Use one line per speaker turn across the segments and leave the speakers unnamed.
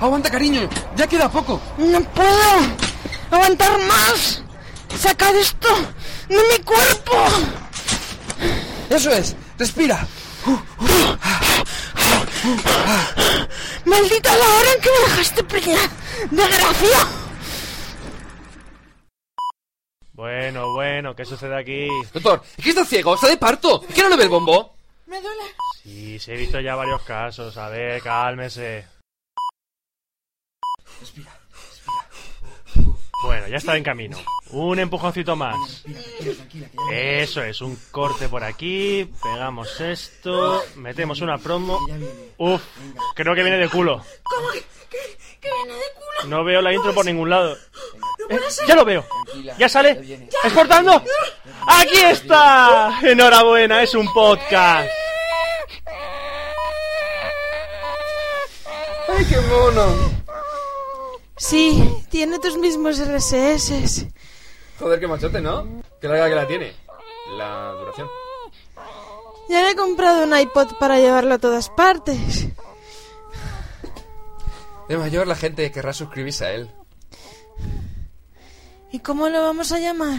Aguanta, cariño. Ya queda poco.
No puedo aguantar más. Sacad esto de mi cuerpo.
Eso es. Respira.
Maldita la hora en que me dejaste preñada. Desgracia.
Bueno, bueno, ¿qué sucede aquí?
Doctor, es que está ciego, está de parto. ¿Es que no le ve el bombo?
Me duele.
Sí, sí, he visto ya varios casos. A ver, cálmese. Bueno, ya está en camino. Un empujoncito más. Eso es, un corte por aquí. Pegamos esto. Metemos una promo. Uf, creo que viene de culo.
¿Cómo que, que, que viene de culo?
No veo la intro por ningún lado.
No
Eh,
puede ser.
ya lo veo. Ya sale. ¡Exportando! ¡Aquí está! Enhorabuena, es un podcast.
¡Ay, qué mono!
Sí, tiene tus mismos RSS.
Joder, qué machote, ¿no? Qué larga que la tiene. La duración.
Ya me he comprado un iPod para llevarlo a todas partes.
De mayor la gente querrá suscribirse a él.
¿Y cómo lo vamos a llamar?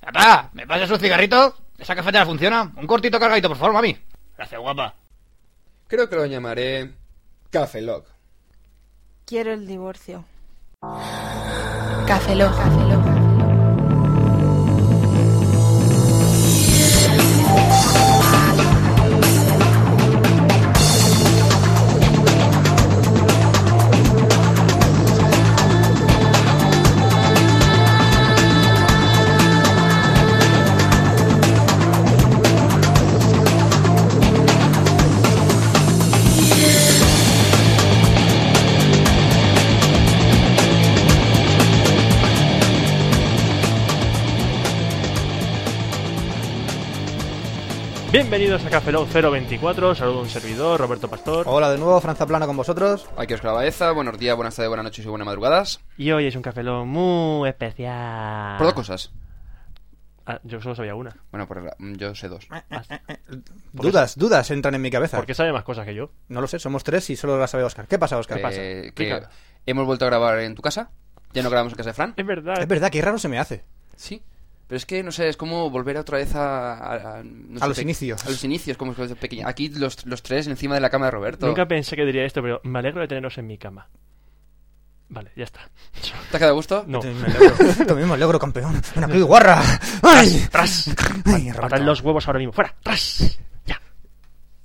Papá, ¿me pasas un cigarrito? ¿Esa cafetera funciona? Un cortito cargadito, por favor, mami. Gracias, guapa.
Creo que lo llamaré... Café Lock.
Quiero el divorcio.
Café Lock.
Bienvenidos a Café Lock 024. Saludo a un servidor, Roberto Pastor.
Hola de nuevo, Franza Plana con vosotros.
Aquí Oscar Baeza, buenos días, buenas tardes, buenas noches y buenas madrugadas.
Y hoy es un Café Lock muy especial.
Por dos cosas.
Ah, yo solo sabía una.
Bueno, por la- yo sé dos.
Dudas, dudas entran en mi cabeza.
Porque sabe más cosas que yo.
No lo sé, somos tres y solo las sabe Oscar. ¿Qué pasa, Oscar?
Eh,
pasa?
que
Explica.
hemos vuelto a grabar en tu casa. Ya no grabamos en casa de Fran.
Es verdad.
Es verdad, qué raro se me hace.
Sí. Pero es que, no sé, es como volver otra vez a... A, a- no
A
sé,
los
pe-
inicios.
A los inicios, como desde pequeña. Aquí los, los tres encima de la cama de Roberto.
Nunca pensé que diría esto, pero me alegro de teneros en mi cama. Vale, ya está.
¿Te ha quedado a gusto?
No.
Me alegro. Tú mismo logro, campeón. ¡Una Play guarra! ¡Ay!
¡Tras!
Ay, Roberto.
Patad los huevos ahora mismo. ¡Fuera! ¡Tras! ¡Ya!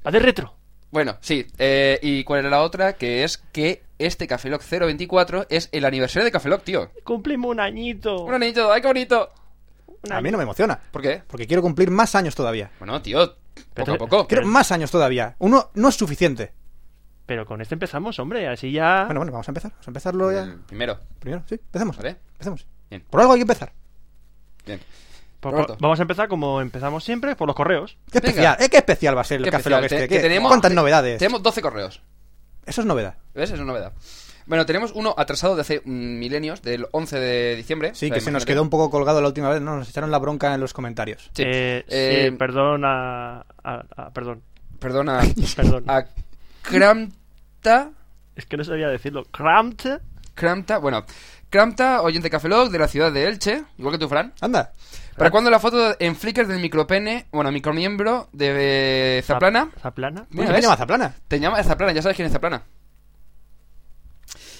¡Va de retro!
Bueno, sí. eh, ¿Y cuál era la otra? Que es que este Café Lock 024 es el aniversario de Café Lock, tío.
¡Cumplimos un añito!
Un anillo, ¡ay, qué bonito!
Un
A mí
año.
no me emociona.
¿Por qué?
Porque quiero cumplir más años todavía.
Bueno, tío, poco
Pero-
a poco. Eh,
Quiero más años todavía. Uno no es suficiente.
Pero con este empezamos, hombre. Así ya...
Bueno, bueno, vamos a empezar. Vamos a empezarlo ya.
Mm, Primero.
Primero, sí. Empecemos.
Vale.
Empecemos.
Bien.
Por algo hay que empezar.
Bien.
Por-
Roberto.
Pues, vamos a empezar como empezamos siempre, por los correos.
Qué
Venga.
especial. eh, qué especial va a ser el
Qué
Café
especial,
Lock
te-
este.
que
¿Qué-
tenemos-
¿Cuántas
te-
novedades?
Tenemos 12 correos.
Eso es novedad.
¿Ves? Es una novedad. Bueno, tenemos uno atrasado de hace mm, milenios, del 11 de diciembre.
Sí,
O sea,
que se nos
imagínate.
quedó un poco colgado la última vez. No, nos echaron la bronca en los comentarios.
Sí.
Eh,
Eh,
sí, perdón a, a- a- Perdón.
Perdona.
Perdón.
A Cramta.
Es que no sabía decirlo. Cramped.
Cramta. Bueno, Cramta, oyente Café Lock de la ciudad de Elche, igual que tú, Fran.
Anda. pues
¿Para cuándo la foto en Flickr del micropene, bueno, micromiembro de
Ah,
Zaplana?
Zaplana.
Mira,
Uy,
¿ves?
me llama Zaplana.
Te llama Zaplana, ya sabes quién es Zaplana.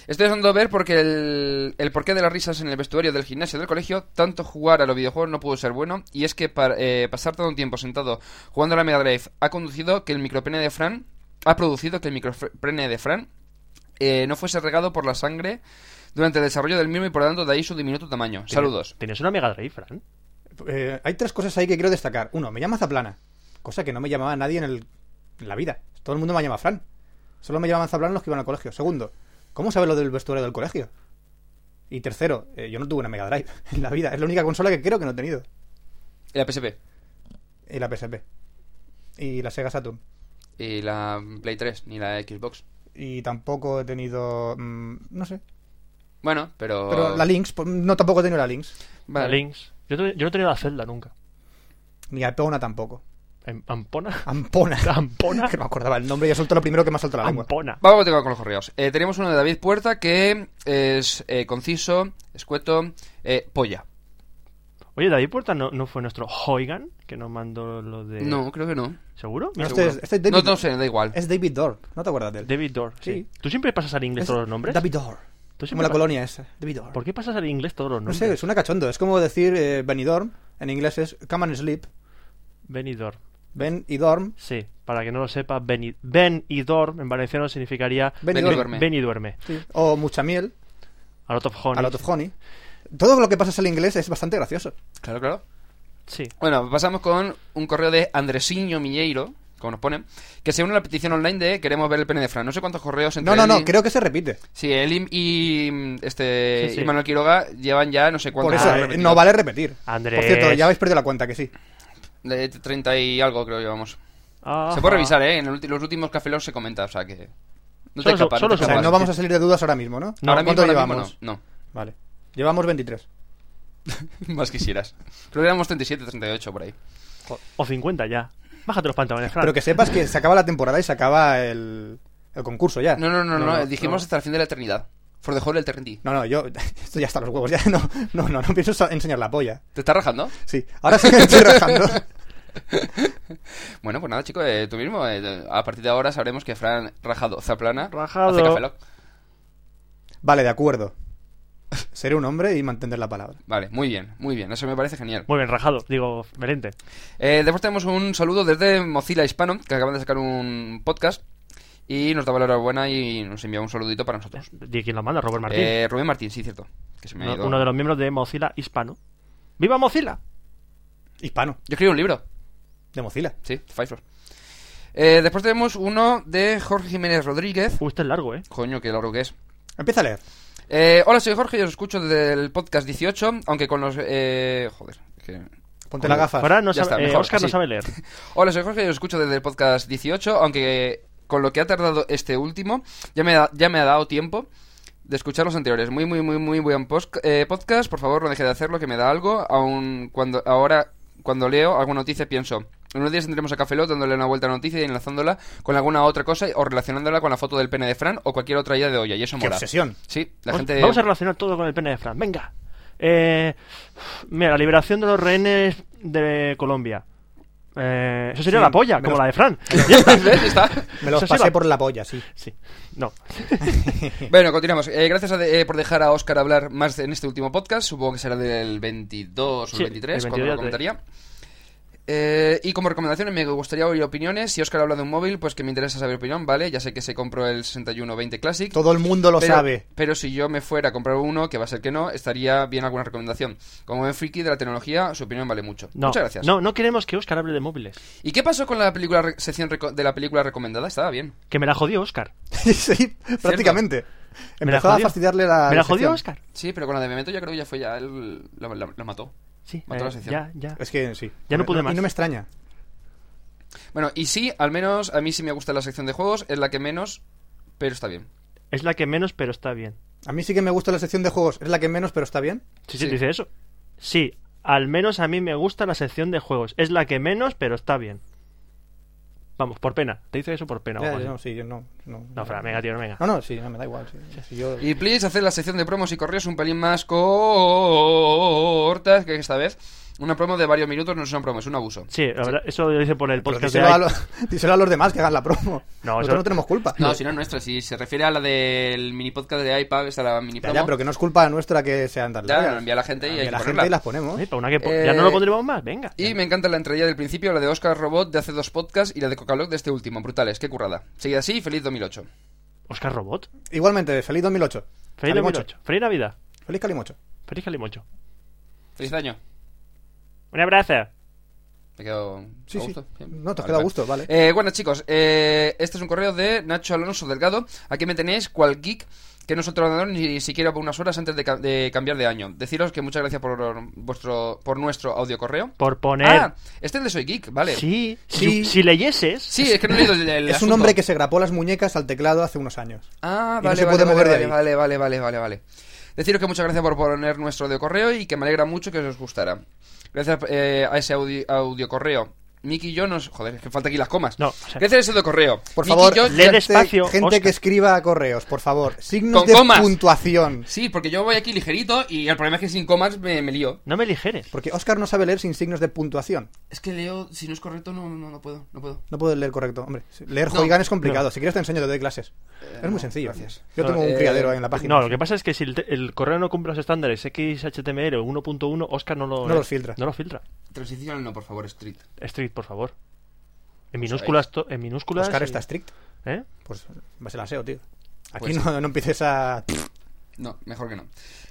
Estoy dejando ver porque el, el porqué de las risas en el vestuario del gimnasio del colegio, tanto jugar a los videojuegos no pudo ser bueno, y es que para, eh, pasar todo un tiempo sentado jugando a la Mega Drive ha conducido que el micropene de Fran, ha producido que el micropene de Fran eh, no fuese regado por la sangre durante el desarrollo del mismo y por lo tanto de ahí su diminuto tamaño. Saludos.
¿Tienes una Mega Drive, Fran?
Eh, hay tres cosas ahí que quiero destacar. Uno, me llama Zaplana, cosa que no me llamaba nadie en, el- en la vida. Todo el mundo me llama Fran. Solo me llamaban Zaplana los que iban al colegio. Segundo, ¿cómo sabe lo del vestuario del colegio? Y tercero, eh, yo no tuve una Mega Drive en la vida. Es la única consola que creo que no he tenido.
Y la PSP.
Y la PSP. Y la Sega Saturn.
Y la Play 3, ni la Xbox.
y tampoco he tenido. mm, no sé.
Bueno, pero.
Pero la Lynx, pues, no tampoco he tenido la Lynx.
Vale.
Links. Yo, tu- yo no he tenido la celda nunca.
Ni a Peona tampoco.
Am- ¿Ampona?
Ampona.
¿Ampona?
que no me acordaba el nombre y ha soltado lo primero que me ha soltado la lengua.
Ampona.
Vamos a continuar con los correos. Eh, tenemos uno de David Puerta que es eh, conciso, escueto, eh, polla.
Oye, David Puerta no, no fue nuestro Hoigan, que nos mandó lo de.
No, creo que no.
¿Seguro?
No,
Mira,
este es,
seguro.
este es David,
No, no sé, da igual.
Es David Dork, ¿no te acuerdas de él?
David Dorr. Sí. ¿Tú siempre pasas al inglés
Es
todos los nombres?
David Dork.
¿Tú siempre
Como la
pa-
colonia esa. David Dork.
¿Por qué pasas al inglés todos los
No
nombres?
sé, suena cachondo. Es como decir eh, Benidorm. En inglés es come and sleep.
Benidorm.
Ben y dorm.
Sí, para que no lo sepa, Beni- Ben y Dorm en valenciano significaría
Ven
Ben y
y
dorm.
duerme.
Ben y duerme.
O mucha miel.
A lot of honey.
A lot of honey. Todo lo que pasa al inglés es bastante gracioso.
Claro, claro.
Sí.
Bueno, pasamos con un correo de Andresiño Milleiro, como nos pone, que se une a la petición online de queremos ver el pene de Fran. No sé cuántos correos entre
No, no,
él
no,
y-
creo que se repite.
Sí, él y, y, este,
Sí, sí.
y Manuel Quiroga llevan ya no sé
Por
cuántos.
eso,
Ah,
eh,
repetidos.
no vale repetir.
Andrés.
Por cierto, ya habéis perdido la cuenta, que sí.
De 30 y algo creo que llevamos.
Ajá.
Se puede revisar, ¿eh? En el ulti- los últimos Café Lock se comenta, o sea que... No te
Solo-
escapas, no
solo
te
O sea,
escapas.
no vamos a salir de dudas ahora mismo, ¿no?
Ahora mismo,
¿Cuánto
ahora mismo
llevamos?
no. no.
Vale. Llevamos 23.
Más quisieras. Creo que éramos 37, 38 por ahí.
O 50 ya. Bájate los pantalones, Fran.
Pero que sepas que se acaba la temporada y se acaba el, el concurso ya.
No, no, no, no,
eh,
no,
dijimos hasta el fin de la eternidad. For the whole eternity.
No, no, yo. Esto ya está a los huevos, ya. No, no, no, no pienso sa- enseñar la polla.
¿Te estás rajando?
Sí, ahora sí que me estoy rajando.
Bueno, pues nada, chicos, eh, tú mismo, eh, a partir de ahora sabremos que Fran Rajado Zaplana
Rajado.
hace Café Lock.
Vale, de acuerdo. Seré un hombre y mantener la palabra.
Vale, muy bien, muy bien, eso me parece genial.
Muy bien, rajado. Digo, merente.
Eh, después tenemos un saludo desde Mozilla Hispano, que acaban de sacar un podcast y nos da la enhorabuena y nos envía un saludito para nosotros.
¿De quién lo manda? Robert Eh, Martín.
Eh, Rubén Martín, sí, cierto. Que se me ha
Uno-
ido.
Uno de los miembros de Mozilla Hispano. ¡Viva Mozilla!
Hispano,
Yo escribí un libro,
de Mozilla.
sí, Firefly. Eh, después tenemos uno de Jorge Jiménez Rodríguez.
Uy, este es largo, ¿eh?
Coño, qué largo que es.
Empieza a leer.
Eh, hola, soy Jorge y os escucho desde el podcast 18, aunque con los... Eh, joder, que...
Ponte la gafa.
Fran no
Ya
sabe,
está,
eh,
mejor,
Oscar no
sí.
sabe leer.
Hola, soy Jorge y os escucho desde el podcast 18, aunque con lo que ha tardado este último, ya me, ha- ya me ha dado tiempo de escuchar los anteriores. Muy, muy, muy, muy buen pos- eh, podcast, por favor, no deje de hacerlo, que me da algo, aun cuando ahora, cuando leo alguna noticia, pienso... En unos días tendremos a Café Lock dándole una vuelta a la noticia y enlazándola con alguna otra cosa o relacionándola con la foto del pene de Fran o cualquier otra idea de olla, y eso
Qué
mola.
obsesión.
Sí, la
Vamos-
gente...
Vamos a relacionar todo con el pene de Fran. Venga. Eh, mira, la liberación de los rehenes de Colombia. Eh, eso sería
Sí,
la polla,
me
como
los-
la de Fran. Ya está.
¿Ves? Está.
Me los
Eso sí
pasé
va-
por la polla, sí.
Sí, no.
Bueno, continuamos. Eh, gracias a de- eh, por dejar a Oscar hablar más en este último podcast. Supongo que será del 22 o
Sí,
el 23,
el
cuando lo
22
comentaría. Eh, y como recomendaciones, me gustaría oír opiniones. Si Oscar habla de un móvil, pues que me interesa saber opinión, ¿vale? Ya sé que se compró el 6120 Classic.
Todo el mundo lo
pero,
sabe.
Pero si yo me fuera a comprar uno, que va a ser que no, estaría bien alguna recomendación. Como buen friki de la tecnología, su opinión vale mucho.
no.
Muchas gracias.
No, no queremos que Oscar hable de móviles.
¿Y qué pasó con la película re- sección reco- de la película recomendada? Estaba bien.
Que me la jodió Oscar.
sí, prácticamente.
Me la
Empezaba a
jodió.
fastidiarle la.
Me la
sección.
jodió Oscar.
Sí, pero con la de Memento ya creo que ya fue ya. él la- la- la mató.
Sí,
Mató
eh,
la sección.
ya, ya.
Es que sí.
Ya no pude más.
Y no me extraña.
Bueno, y sí, al menos a mí sí me gusta la sección de juegos, es la que menos, pero está bien.
Es la que menos, pero está bien.
A mí sí que me gusta la sección de juegos. Es la que menos, pero está bien.
Sí, sí,
Sí.
dice eso. Sí, al menos a mí me gusta la sección de juegos. Es la que menos, pero está bien. Vamos, por pena. Te dice eso por pena. o
Ya,
algo
ya, no,
así.
sí, yo no. No,
¿eh? No, Fran, venga, tío, no, venga.
No, no, sí, no, me da igual. sí, sí, yo-
Y please, hacer la sección de promos y correos un pelín más cortas que esta vez. Una promo de varios minutos no es una promo, es un abuso.
Sí, la verdad, eso lo dice por el
Pero
podcast. de
díselo, a
i-
lo- díselo a los demás que hagan la promo.
No,
Nosotros
eso-
no tenemos culpa.
No, si no es nuestra, si se refiere a la del mini podcast de iPad, está la mini
Ya,
promo.
ya, pero que no es culpa nuestra que sean tan
Ya,
largas.
la envía la gente y hay
Envía
que
la gente
ponerla.
y las ponemos.
Eh, para una que po- Ya no
Eh,
lo pondremos más, venga.
Y me encanta la entradilla del principio, la de Oscar Robot de hace dos podcasts y la de coca de este último. Brutales, qué currada. Seguid así y feliz 2008.
Oscar Robot.
Igualmente, feliz 2008.
Feliz
Calimocho.
2008. Feliz Navidad.
Feliz Calimocho.
Feliz Calimocho.
Feliz año.
Un abrazo.
Me quedo
Sí,
a
sí.
gusto. Bien.
No, te
Vale,
has quedado a
vale.
gusto, vale.
Eh, bueno, chicos, eh, este es un correo de Nacho Alonso Delgado. Aquí me tenéis, cual geek, que no es otro ordenador ni siquiera por unas horas antes de, ca- de cambiar de año. Deciros que muchas gracias por vuestro por nuestro audio correo.
Por poner.
Ah, este es de Soy Geek, vale.
sí, Si,
Sí.
si leyeses.
Sí, es que no he leído el, el
Es un
asunto.
hombre que se grapó las muñecas al teclado hace unos años.
Ah,
y no
vale,
se
vale,
puede
vale,
mover de
vale,
ahí.
vale, vale, vale, vale, vale. Deciros que muchas gracias por poner nuestro audio correo y que me alegra mucho que os gustara. Gracias eh, a ese audio, audio correo. Miki y yo nos... Joder, es que falta aquí las comas.
No, o sea-
Gracias a ese audio correo.
Por
Miki y
favor,
yo-
le-
gente-
despacio,
gente
Óscar.
que escriba a correos, por favor. Signos
Con
de
comas.
puntuación.
Sí, porque yo voy aquí ligerito y el problema es que sin comas me, me lío.
No me ligeres.
Porque Oscar no sabe leer sin signos de puntuación.
Es que leo, si no es correcto, no, no, no puedo, no puedo.
No puedo leer correcto. Hombre, sí, leer
No. Eh,
Hooligan es complicado. Si quieres te enseño, te doy clases. es muy sencillo.
gracias.
Yo
No,
tengo un
eh,
criadero ahí en la página.
No, lo que pasa es que si el, te- el correo no cumple los estándares XHTML o 1.1, Oscar no lo
No los filtra.
No los filtra.
Transicional no, por favor, Street.
Street, por favor. En minúsculas, to- en minúsculas.
Oscar
y-
está strict.
¿Eh?
Pues va a ser aseo, tío. Aquí
Pues sí.
no, no empieces a...
No, mejor que no.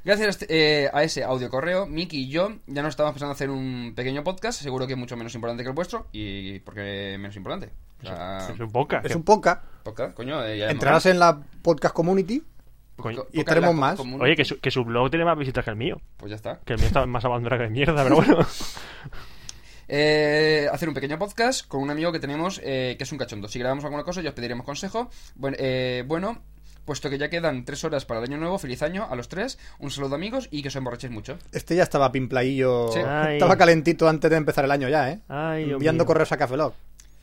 Gracias a, este- eh, a ese audio correo, Miki y yo ya nos estábamos pensando hacer un pequeño podcast, seguro que es mucho menos importante que el vuestro, y porque menos importante. O sea,
Es un poca.
Es un poca.
podcast, coño, eh, ya
Entrarás en la podcast community.
hemos- podcast-
y
podcast
estaremos
la-
más.
común.
Oye, que su, que su blog tiene más visitas que el mío.
Pues ya está.
Que el mío está más abandonado que de mierda, pero bueno.
Eh, hacer un pequeño podcast con un amigo que tenemos eh, que es un cachondo. Si grabamos alguna cosa, ya os pediremos consejo. Bueno, eh, bueno, puesto que ya quedan tres horas para el año nuevo, feliz año a los tres. Un saludo, amigos, y que os emborrachéis mucho.
Este ya estaba pimplaillo.
Sí.
Ay.
Estaba calentito antes de empezar el año ya, ¿eh?
Ay, Dios
Enviando
mío.
correos a Cafelog.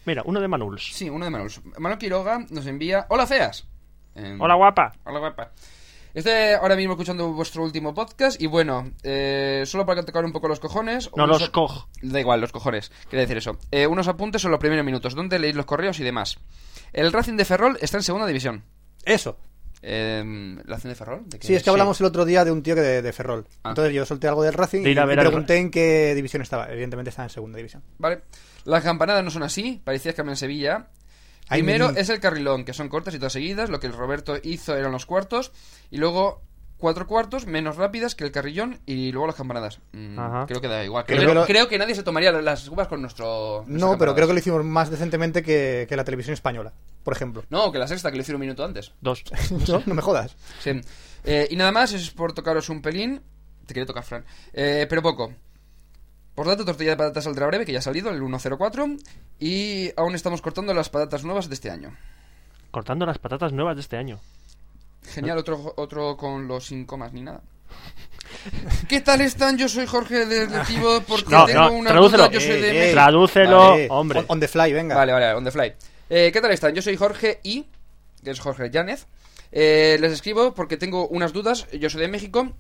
Mira, uno de Manuls.
Sí, uno de Manuel. Manuel Quiroga nos envía. ¡Hola, feas! Em,
Hola, guapa.
Hola, guapa. Estoy ahora mismo escuchando vuestro último podcast y bueno, eh, solo para tocar un poco los cojones.
No
unos-
los coj.
Da igual, los cojones. Quería decir eso. Eh, unos apuntes sobre los primeros minutos, donde leéis los correos y demás. El Racing de Ferrol está en segunda división.
Eso.
Eh, ¿El Racing de Ferrol? ¿De qué?
Sí, es que hablamos el otro día de un tío que de, de Ferrol.
Ah.
Entonces yo solté algo del Racing
De
y,
ir a
y
ver al-
pregunté en qué división estaba. Evidentemente estaba en segunda división.
Vale. Las campanadas no son así, parecía que en Sevilla.
Ay,
Primero
mi-
es el carrilón, que son cortas y todas seguidas. Lo que el Roberto hizo eran los cuartos. Y luego cuatro cuartos menos rápidas que el carrillón. Y luego las campanadas. Mm,
Ajá.
creo que da igual. Creo,
Creo que lo-
creo que nadie se tomaría las uvas con nuestro.
No, pero creo que lo hicimos más decentemente que, que la televisión española, por ejemplo.
No, que la sexta, que lo hicieron un minuto antes.
Dos.
¿No? No me jodas.
Sí. Eh, y nada más, es por tocaros un pelín. Te quería tocar, Fran. Eh, pero poco. Por tanto, tortilla de patatas saldrá breve, que ya ha salido, el 104. Y aún estamos cortando las patatas nuevas de este año.
Cortando las patatas nuevas de este año.
Genial, otro, otro con los sin comas ni nada. ¿Qué tal están? Yo soy Jorge del Detectivo porque
No,
tengo
no,
una
tradúcelo. Eh,
duda, yo soy
Ey,
de
ey.
México.
Tradúcelo,
Eh, Vale.
hombre.
On, on the fly, venga.
Vale, vale, on the fly. Eh, ¿Qué tal están? Yo soy Jorge y... que es Jorge Llánez. Eh, les escribo porque tengo unas dudas. Yo soy de México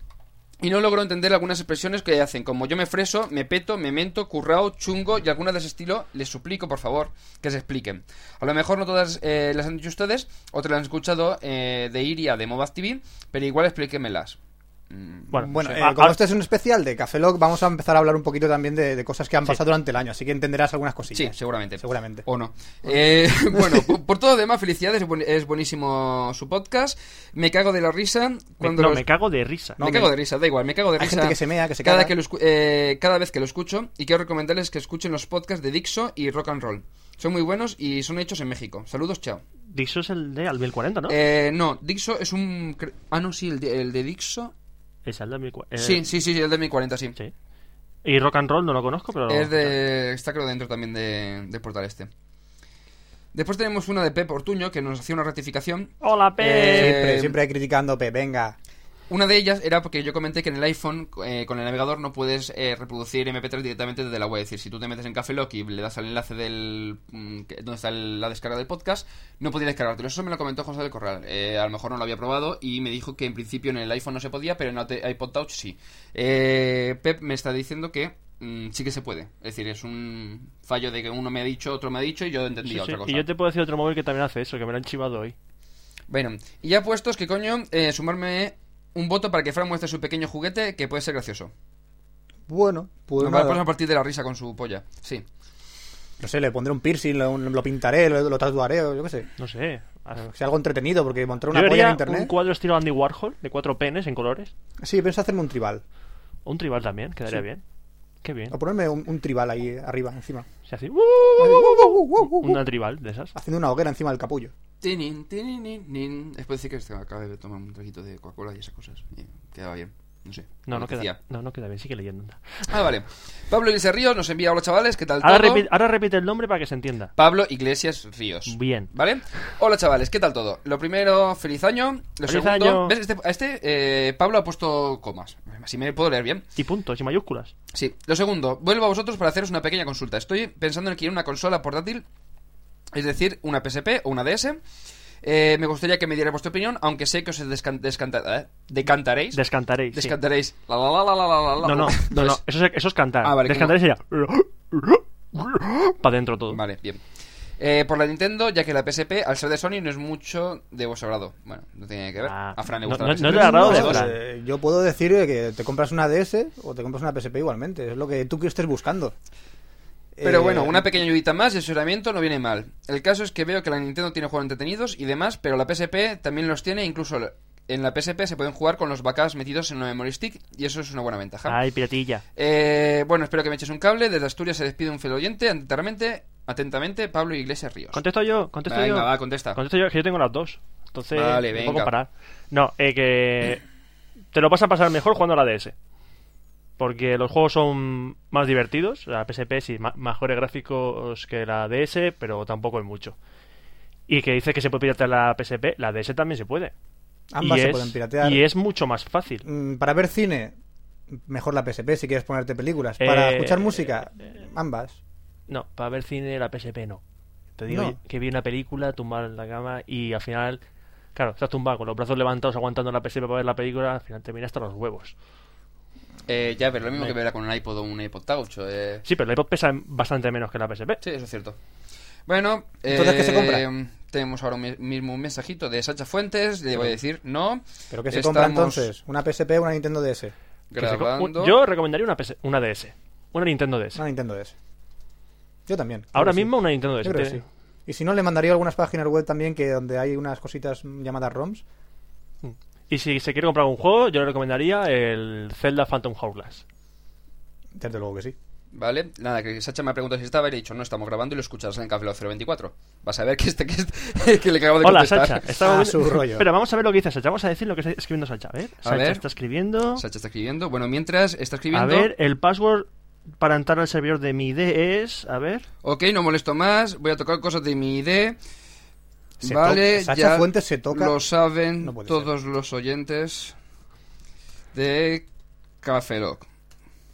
y no logro entender algunas expresiones que hacen, como yo me freso, me peto, me mento, currao, chungo y algunas de ese estilo. Les suplico, por favor, que se expliquen. A lo mejor no todas eh, las han dicho ustedes, otras las han escuchado eh, de Iria, de Mobaz TV, pero igual explíquenmelas. Mm,
Bueno,
Bueno,
sí.
eh,
Ah,
como
ah,
este es un especial de Café Lock, vamos a empezar a hablar un poquito también de, de cosas que han pasado durante el año, así que entenderás algunas
Sí,
cosillas.
seguramente.
Seguramente.
O no. Eh, bueno, por, por todo lo demás, felicidades. es buen- Es buenísimo su podcast. Me cago de la risa.
me-
Cuando
no,
los-
me cago de risa.
No,
me
me-
cago de risa, da igual, me cago de
Hay
risa.
gente que se mea, que se
cada,
caga.
que lo escu- eh, cada vez que lo escucho. Y quiero recomendarles que escuchen los podcasts de Dixo y Rock and Roll. Son muy buenos y son hechos en México. Saludos, chao.
Dixo es el de al 1040, ¿no?
Eh, no, Dixo es un... cre- Ah, no, sí, el de, el de Dixo.
es el de 1040. eh,
sí, sí, sí, el de 1040, sí.
sí. Y rock and roll no lo conozco, pero.
Es de. Está creo dentro también de, de Portal Este. Después tenemos una de Pep Ortuño que nos hacía una ratificación.
Hola, Pe.
Eh,
Siempre, siempre criticando, pe, venga.
Una de ellas era porque yo comenté que en el iPhone, eh, con el navegador, no puedes eh, reproducir MP3 directamente desde la web. Es decir, si tú te metes en Café Lock y le das al enlace del mm, que- donde está el- la descarga del podcast, no podía descargártelo. Eso me lo comentó José del Corral. Eh, a lo mejor no lo había probado y me dijo que en principio en el iPhone no se podía, pero en el iPod Touch sí. Eh, Pep me está diciendo que mm, sí que se puede. Es decir, es un fallo de que uno me ha dicho, otro me ha dicho y yo entendía
Sí, sí.
otra cosa.
Y yo te puedo decir otro móvil que también hace eso, que me lo han chivado hoy.
Bueno, y ya puestos que coño, eh, sumarme un voto para que Fran muestre su pequeño juguete que puede ser gracioso.
Bueno, pues
Nos va
nada.
a partir de la risa con su polla. Sí.
No sé, le pondré un piercing, lo, lo pintaré, lo, lo tatuaré, o yo qué sé.
No sé.
Ah.
O sea, algo entretenido, porque montar una
Yo
polla en
haría un
internet.
cuadro estilo Andy Warhol de cuatro penes en colores.
Sí, pienso hacerme un tribal.
O un tribal también, quedaría bien. Qué bien.
O ponerme un, un tribal ahí arriba, encima.
Se hace...
Ahí, ¡uh, uh, uh, uh, uh, uh!
Una tribal de esas.
Haciendo una hoguera encima del capullo.
Tinin, tininin, nin. Es por decir que se acaba de tomar un trajito de Coca-Cola y esas cosas. Y quedaba bien. No sé.
No, no
Apetecía.
queda, no, no queda bien. Sigue leyendo. anda.
Ah, vale. Pablo Iglesias Ríos nos envía. Hola, chavales. ¿Qué tal
Ahora,
todo?
repi- ahora repite el nombre para que se entienda.
Pablo Iglesias Ríos.
Bien.
¿Vale? Hola chavales, ¿qué tal todo? Lo primero, feliz año. Lo
Feliz
segundo,
año.
¿ves? Este, a este eh, Pablo ha puesto comas. Así me puedo leer bien.
Y puntos y mayúsculas.
Sí, lo segundo, vuelvo a vosotros para haceros una pequeña consulta. Estoy pensando en adquirir una consola portátil, es decir, una PSP o una DS. Eh, me gustaría que me dierais vuestra opinión, aunque sé que os descan- descanta- eh, decantaréis.
Descantaréis. sí.
Descantaréis. La, la, la, la, la, la, la.
No, no, no, no.
Entonces,
Eso es, eso es cantar.
Ah, vale,
Descantaréis sería. Para adentro todo.
Vale, bien. Eh, por la Nintendo, ya que la PSP, al ser de Sony, no es mucho de vuestro agrado. Bueno, no tiene que ver.
Ah.
a Fran le
No-
gusta
no-
la
no
PSP.
te la agrado de
No,
Fran.
eh, yo puedo decir que te compras una DS o te compras una PSP igualmente. Es lo que tú que estés buscando.
Pero
Eh,
bueno, una pequeña ayudita más y asesoramiento no viene mal. El caso es que veo que la Nintendo tiene juegos entretenidos y demás, pero la PSP también los tiene, incluso en la PSP se pueden jugar con los backups metidos en una memory stick y eso es una buena ventaja.
Ay, piratilla.
Eh, bueno, espero que me eches un cable. Desde Asturias se despide un fiel oyente, atentamente, atentamente Pablo Iglesias Ríos.
Contesto yo, contesto
Venga,
yo.
va, contesta.
Contesto yo, que yo tengo las dos. Entonces,
Vale,
no
venga.
puedo comparar. No, eh, que. Te lo vas a pasar mejor jugando a la DS. Porque los juegos son más divertidos. La PSP sí, ma- mejores gráficos que la DS, pero tampoco es mucho. Y que dice que se puede piratear la PSP, la DS también se puede.
Ambas
y
se
es,
pueden piratear.
Y es mucho más fácil.
Mm, Para ver cine, mejor la PSP si quieres ponerte películas. Para
Eh,
escuchar música, ambas.
No, para ver cine la PSP no. Te digo
No.
que vi una película tumbado en la cama y al final, claro, estás tumbado con los brazos levantados aguantando la PSP para ver la película, al final te mira hasta los huevos.
Eh, ya, pero lo mismo que
Venga.
verá con un iPod o un iPod Touch. eh.
Sí, pero la iPod pesa bastante menos que la PSP.
Sí, eso es cierto. Bueno,
Entonces, ¿qué se
eh,
compra?
tenemos ahora mi- mismo un mensajito de Sacha Fuentes, le voy a decir no.
¿Pero qué se compra
Estamos
entonces? ¿Una PSP o una Nintendo DS?
Que se co- un-
Grabando.
yo recomendaría una, PS una DS, una Nintendo DS.
Una Nintendo DS. Yo también. creo
Ahora
que sí.
mismo una Nintendo ¿eh? DS.
Yo creo que
Tiene-
sí. Y si no, le mandaría algunas páginas web también que donde hay unas cositas llamadas ROMs.
Y si se quiere comprar un juego, yo le recomendaría el Zelda Phantom Hourglass.
Desde luego que sí.
Vale, nada, que Sacha me ha preguntado si estaba y le he dicho no, estamos grabando y lo escucharás en el Café Lock 024. Vas a ver que este que, este- que le acabo de
Hola,
contestar.
Sacha. Estaba
Ah,
viendo-
su rollo.
Espera, vamos a ver lo que dice Sacha. Vamos a decir lo que está escribiendo Sacha. A ver, Sacha
ver.
está escribiendo.
Sacha está escribiendo. Bueno, mientras está
A
escribiendo.
eh.
ver, el password para entrar al servidor de mi ID es. A ver.
Ok, no molesto más. Voy a tocar cosas de mi ID.
Se
vale,
to- Sacha
ya
Fuentes se toca.
Lo saben
No puede
todos los oyentes de Café Lock.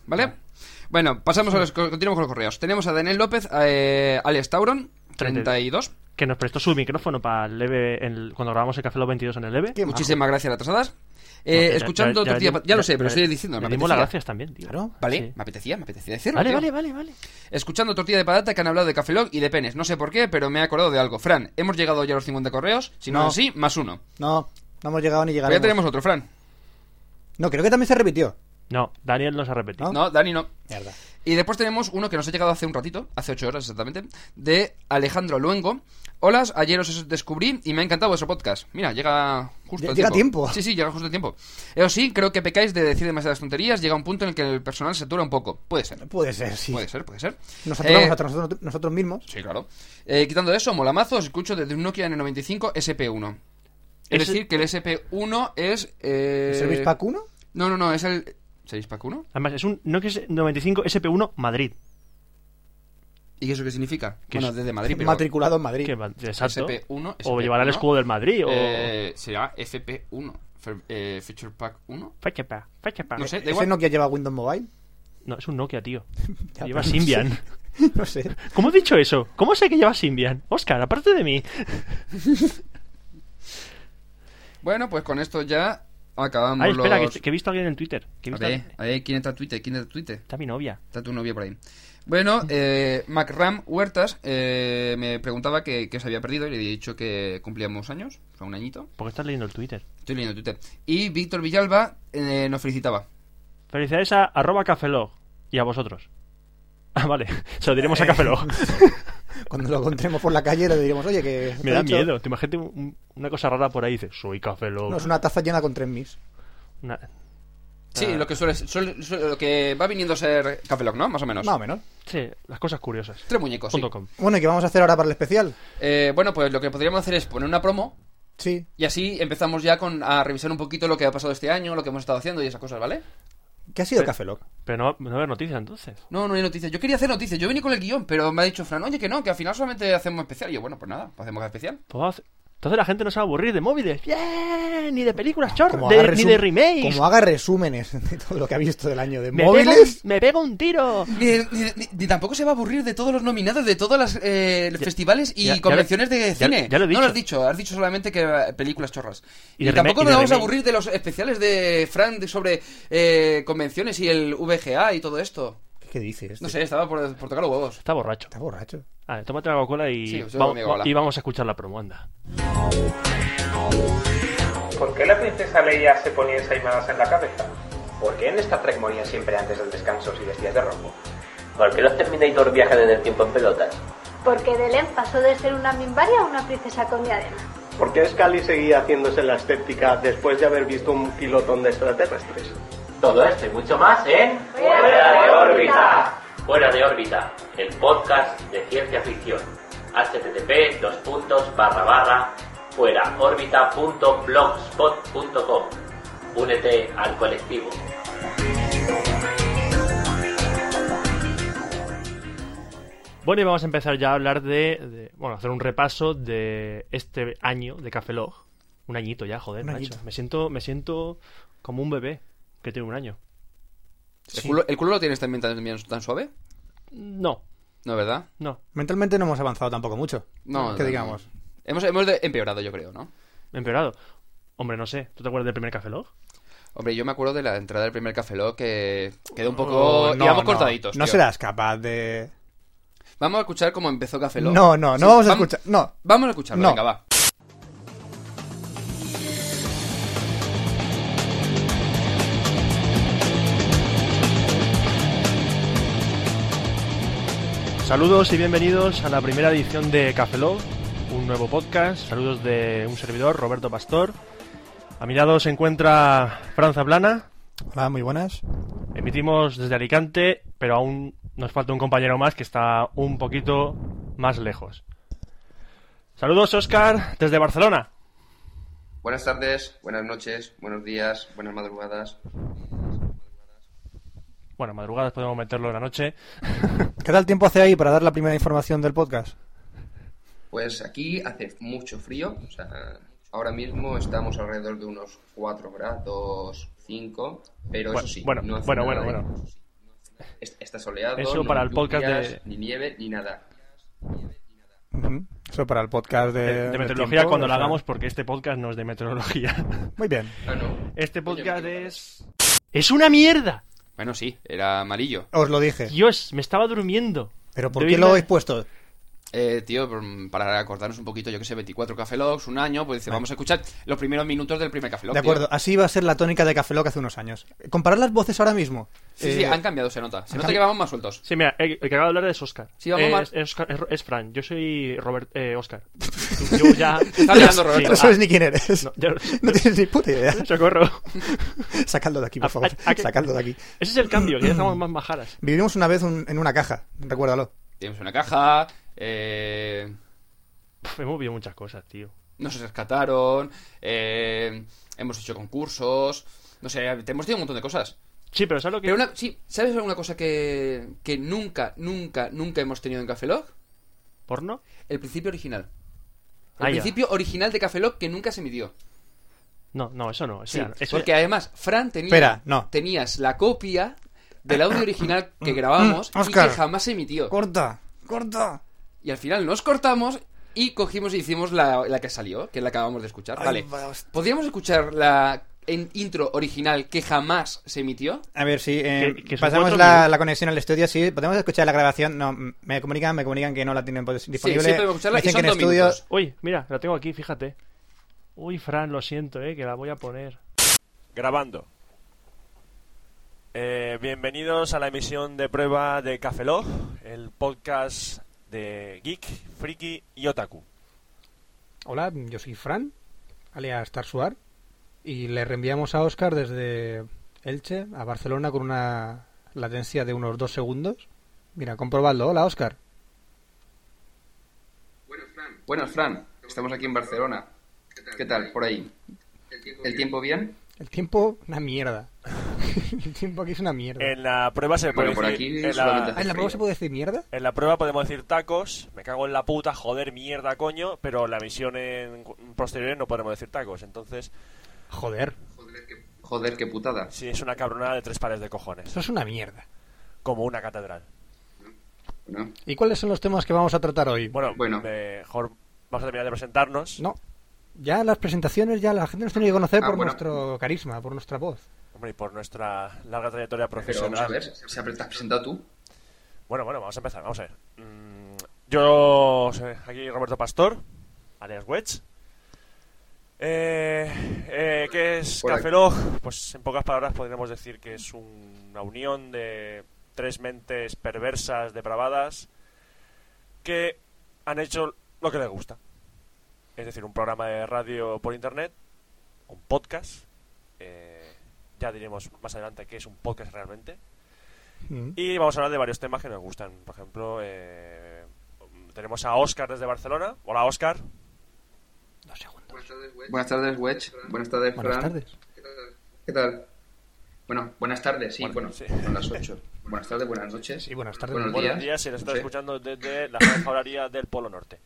¿Vale?
Ah.
Bueno, pasamos a los, continuamos con los correos. Tenemos a Daniel López, eh, alias Tauron, 32.
Que nos prestó su micrófono para el leve. en el- cuando grabamos el Café Los 22 en el leve.
Qué majo.
Muchísimas gracias, las atrasadas.
No,
Eh,
que ya-
escuchando otro
le
día,
dim-
ya, lo sé, pero
le-
estoy diciendo.
Le
me
dimos las
apetecía.
gracias también, tío.
Claro.
Vale,
Sí.
me apetecía, me apetecía decirlo.
Vale,
tío.
vale, vale, vale.
Escuchando tortilla de patata que han hablado de Café Lock y de penes. No sé por qué, pero me he acordado de algo. Fran, hemos llegado ya a los 50 correos. Si no,
No.
es así, más uno.
No, no hemos llegado ni
Pero
llegaremos.
ya tenemos otro, Fran.
No, creo que también se repitió.
No, Daniel nos ha repetido.
¿No?
No, Dani no.
Mierda.
Y después tenemos uno que nos ha llegado hace un ratito, hace ocho horas exactamente, de Alejandro Luengo. Hola, ayer os descubrí y me ha encantado vuestro podcast. Mira, llega justo
Lle-
a
llega a
tiempo.
tiempo.
Sí, sí, llega justo a tiempo. Eso sí, creo que pecáis de decir demasiadas tonterías. Llega un punto en el que el personal se satura un poco. Puede ser.
Puede ser, sí.
Puede ser, puede ser.
Nos saturamos
Eh,
hasta nosotros, nosotros mismos.
Sí, claro. Eh, quitando eso, molamazo, os escucho desde un Nokia N95 SP1. Es
Ese-
decir, que el SP1 es... Eh...
¿El Service Pack 1?
No, no, no, es el... ¿Service Pack 1?
Además, es un Nokia 95 SP1 E Madrid.
¿Y eso qué significa?
Que
bueno,
es-
desde Madrid, pero...
Matriculado en Madrid.
Que va- exacto.
SP1,
o
SP1.
llevará el escudo del Madrid. O.
E Eh, será FP1, Fe- eh, Feature Pack 1.
Fachepa, fachepa.
No sé, da
¿Ese
igual.
Nokia lleva Windows Mobile?
No, es un Nokia, tío.
Ya,
Lleva
pero no
Symbian.
sé. No sé.
¿Cómo he dicho eso? ¿Cómo sé que lleva Symbian? Oscar, aparte de mí.
Bueno, pues con esto ya acabamos
Ay, Ah, espera,
los...
que, que he visto a alguien en Twitter. Que he
A
visto a
ver, a ver, ¿quién está en Twitter? ¿Quién está en Twitter?
Está mi novia.
Está tu novia por ahí. Bueno, eh, MacRam Huertas eh, me preguntaba que, que se había perdido y le he dicho que cumplíamos años, o sea, un añito.
¿Por qué estás leyendo el Twitter?
Estoy leyendo Twitter. Y Víctor Villalba eh, nos felicitaba.
Felicidades a arroba cafelog y a vosotros. Ah, vale. Se lo diremos a cafelog.
Cuando lo encontremos por la calle le diremos, oye, que... te
Me
he
da
dicho-
miedo. Te imagínate un- una cosa rara por ahí. Dices, soy cafelog.
No, es una taza llena con tres mis.
Una-
Sí, lo que suele, suele- suele- lo que va viniendo a ser Café Lock, ¿no? Más o menos.
Más o menos.
Sí, las cosas curiosas.
Tres muñecos. sí.
Punto com.
Bueno, ¿y qué vamos a hacer ahora para el especial?
Eh, bueno, pues lo que podríamos hacer es poner una promo
Sí.
y así empezamos ya con a revisar un poquito lo que ha pasado este año, lo que hemos estado haciendo y esas cosas, ¿vale?
¿Qué ha sido
Pe-
Café Lock?
Pero no, no va a haber noticias entonces.
No, no hay noticias. Yo quería hacer noticias. Yo venía con el guión, pero me ha dicho Fran, oye, que no, que al final solamente hacemos especial. Y yo, bueno, pues nada, pues hacemos especial.
Pues vamos a hacer- Entonces la gente no se va a aburrir de móviles. ¡Bien! Ni de películas
Como
chorro.
haga
ni
resum-
de remakes.
Como haga resúmenes de todo lo que ha visto del año de
Me
móviles.
Pego, un- me pego un tiro.
Ni, ni- ni- ni tampoco se va a aburrir de todos los nominados, de todos los festivales y
ya- ya lo-
convenciones de
ya-
cine.
ya lo he
no lo
dicho.
has dicho, has dicho solamente que eh, películas chorras.
Y
Y,
de remake-
tampoco
y de
nos vamos a
remake.
aburrir de los especiales de Fran de- sobre eh, convenciones y el VGA y todo esto.
¿Qué dices?
No sé, estaba por, por tocar los huevos.
Está borracho.
Está borracho.
Vale, tómate la Coca-Cola y,
Sí, yo
vamos,
me hago la-
y vamos a escuchar la promo, anda.
¿Por qué la princesa Leia se ponía ensaimadas en la cabeza? ¿Por qué en Star Trek morían siempre antes del descanso si vestías de rojo?
¿Por qué los Terminator viajan en el tiempo en pelotas?
Porque Belén pasó de ser una mimbaria a una princesa con diadema.
¿Por qué Scully seguía haciéndose la escéptica después de haber visto un kilotón de extraterrestres?
Todo esto y mucho más en...
¡Fuera de órbita!
Fuera de órbita, el podcast de ciencia ficción. http dos puntos barra barra fuera órbita.blogspot.com Únete al colectivo.
Bueno, y vamos a empezar ya a hablar de, de- bueno, hacer un repaso de este año de Café Log. Un añito ya, joder,
Un
macho.
añito.
Me siento, me siento como un bebé que tiene un año.
¿El, culo, el culo lo tienes también tan, bien- tan suave?
No,
No, ¿verdad?
no,
Mentalmente no hemos avanzado tampoco mucho.
No.
Que
no,
digamos.
no. Hemos, hemos de- empeorado, yo creo, ¿no?
he empeorado. Hombre, no sé, ¿tú te acuerdas del primer Café Log?
Hombre, yo me acuerdo de la entrada del primer Café Lock que quedó un poco...
Oh, no,
íbamos
no.
cortaditos,
No
tío.
serás capaz de.
Vamos a escuchar cómo empezó Café Lock.
No, no, no
Sí,
vamos a
vam-
escuchar. No.
Vamos a escucharlo,
No.
venga, va.
Saludos y bienvenidos a la primera edición de Café Log, un nuevo podcast. Saludos de un servidor, Roberto Pastor. A mi lado se encuentra Franza Plana.
Hola, muy buenas.
Emitimos desde Alicante, pero aún nos falta un compañero más que está un poquito más lejos. Saludos, Oscar, desde Barcelona.
Buenas tardes, buenas noches, buenos días, buenas madrugadas.
Bueno, madrugadas podemos meterlo en la noche.
¿Qué tal tiempo hace ahí para dar la primera información del podcast?
Pues aquí hace mucho frío, o sea, ahora mismo estamos alrededor de unos 4 grados, 5, pero
Bueno,
eso sí,
bueno,
no hace
bueno,
nada
bueno,
de-
bueno.
Es- Está soleado,
Eso
no
para
hay
el podcast
lluvias,
de-
ni nieve, ni nada.
Ujú. Eso para el podcast de.
De, de
del
meteorología
Eh, tiempo,
cuando
o
lo
sea.
hagamos, porque este podcast no es de meteorología.
Muy bien.
Ah, no.
Este podcast
Coño, qué
es... ¡Es una mierda!
Bueno, sí, era amarillo.
Os lo dije.
Dios, me estaba durmiendo.
¿Pero por
De
qué lo
oírla-
habéis puesto?
Eh, tío, por- para acordarnos un poquito, yo que sé, 24 Café Logs, un año, pues dice, vamos a escuchar los primeros minutos del primer Café Log,
De
tío.
acuerdo, así iba a ser la tónica de Café Lock hace unos años. Comparar las voces ahora mismo.
Sí, sí,
Eh,
han cambiado, se nota. Se nota
cambi-
que vamos más sueltos.
Sí, mira, el, el que acaba de hablar es Oscar.
Sí, vamos, Mar.
es, es Óscar- es- es Fran, yo soy Robert... Eh, Oscar. Tú- Yo ya...
Está mirando, Roberto.
No
ah,
sabes ni quién eres.
no,
No,
yo-
tienes ni puta idea.
Socorro.
Sacadlo de aquí,
Ah,
por favor.
¿A- a- a qué-
Sacadlo de aquí.
Ese es el cambio, que ya estamos más majaras.
Vivimos una vez un- en una caja, recuérdalo.
Tenemos una caja, eh...
Pff, hemos vivido muchas cosas, tío.
nos rescataron, eh, hemos hecho concursos, no sé, hemos tenido un montón de cosas.
Sí, pero ¿sabes lo que...?
Pero una, sí, ¿sabes alguna cosa que, que nunca, nunca, nunca hemos tenido en Café Lock?
¿Porno?
El principio original. El
Ah, ya.
principio original de Café Lock que nunca se emitió.
No, no, eso no. Eso
Sí,
ya no, eso
porque
ya-
además, Fran tenía,
Espera, no.
tenías la copia del audio original que grabamos y
Óscar.
que jamás se emitió.
¡Corta! ¡Corta!
Y al final nos cortamos y cogimos y hicimos la, la que salió, que es la que acabamos de escuchar.
Ay,
vale.
va, host-
¿Podríamos escuchar la en- intro original que jamás se emitió?
A ver, si eh,
Que- que son
pasamos
cuatro
la,
minutos.
la conexión al estudio, sí. ¿Podemos escuchar la grabación? No, mm, me comunican, me comunican que no la tienen pues, disponible.
podemos escucharla y
Dicen que
son
en
dos
estudio...
minutos.
Uy, mira, la tengo aquí, fíjate. Uy, Fran, lo siento, eh, que la voy a poner.
Grabando. Eh, bienvenidos a la emisión de prueba de Café Log, el podcast de Geek, Friki y Otaku.
Hola, yo soy Fran, alias Tarsuar, y le reenviamos a Oscar desde
Elche a Barcelona con una latencia de unos dos segundos. Mira, comprobadlo. Hola, Oscar.
Buenas, Fran. Estamos aquí en Barcelona. ¿Qué tal? Por ahí. ¿El tiempo bien?
El tiempo, una mierda. El tiempo aquí es una mierda.
En la prueba se puede
Bueno, por
decir-
aquí
en
solamente
la,
hace
Ah, ¿En la prueba se puede decir mierda?
en la prueba podemos decir tacos, me cago en la puta, joder, mierda, coño, pero en la misión en posteriores no podemos decir tacos, entonces...
Joder.
Joder, qué putada.
Sí, es una cabronada de tres pares de cojones,
Eso es una mierda.
como una catedral.
¿Y cuáles son los temas que vamos a tratar hoy?
Bueno, mejor vamos a terminar de presentarnos.
No. Ya las presentaciones, ya la gente nos tiene que conocer
Ah,
por
bueno.
nuestro carisma, por nuestra voz.
Hombre, y por nuestra larga trayectoria
Pero
profesional.
vamos a ver, ¿se ha pre- te has presentado tú?
Bueno, bueno, vamos a empezar, vamos a ver. Mm, Yo soy aquí Roberto Pastor, alias Wedge. Eh, eh, ¿Qué es
Por aquí.
Café Log? Pues en pocas palabras podríamos decir que es un- una unión de tres mentes perversas, depravadas, que han hecho lo que les gusta. Es decir, un programa de radio por internet, un podcast. eh, ya diremos más adelante qué es un podcast realmente.
Mm.
Y vamos a hablar de varios temas que nos gustan. Por ejemplo, eh, tenemos a Oscar desde Barcelona. Hola, Oscar.
Buenas tardes, Wedge. Buenas tardes, Pues, Fran.
Buenas
tardes.
¿Qué tal? Bueno, buenas tardes, sí, bueno,
Bueno, sí.
son las 8. Buenas tardes, buenas noches. Sí,
buenas
tardes. Buenos días.
si nos estás escuchando desde la franja horaria del Polo Norte.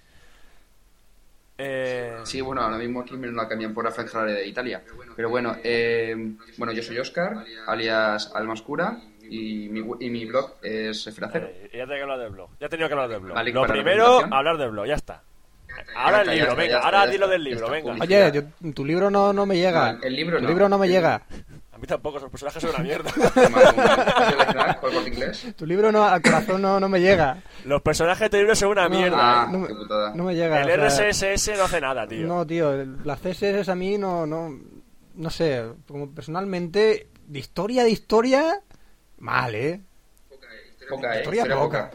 Eh,
Sí, bueno, ahora mismo aquí me la cambian por la franja horaria de Italia. Pero bueno, eh, bueno, yo soy Oscar, alias Alma Oscura, y mi, y mi blog es Feracero.
Eh, ya tenía que hablar del blog. Ya tenía que hablar del blog.
Vale,
Lo
para la
primero,
presentación.
hablar del blog, ya está. Ahora el
está, ya
libro,
está, ya
venga,
está,
ahora
ya
dilo
está,
del
ya
libro,
está,
venga.
Oye, yo- tu libro no, no me llega.
No, el libro
tu
no.
libro no me llega.
A mí tampoco, esos personajes son una mierda.
Tu libro no, al corazón no, no me llega.
Los personajes de libro son una mierda.
Ah,
no me- no me llega.
El
o sea,
RSS no hace nada, tío.
No, tío, el- las CSS a mí no, no, no sé, como personalmente, de historia, de historia, mal, ¿eh?
Poca, eh,
Historia
historia
poca.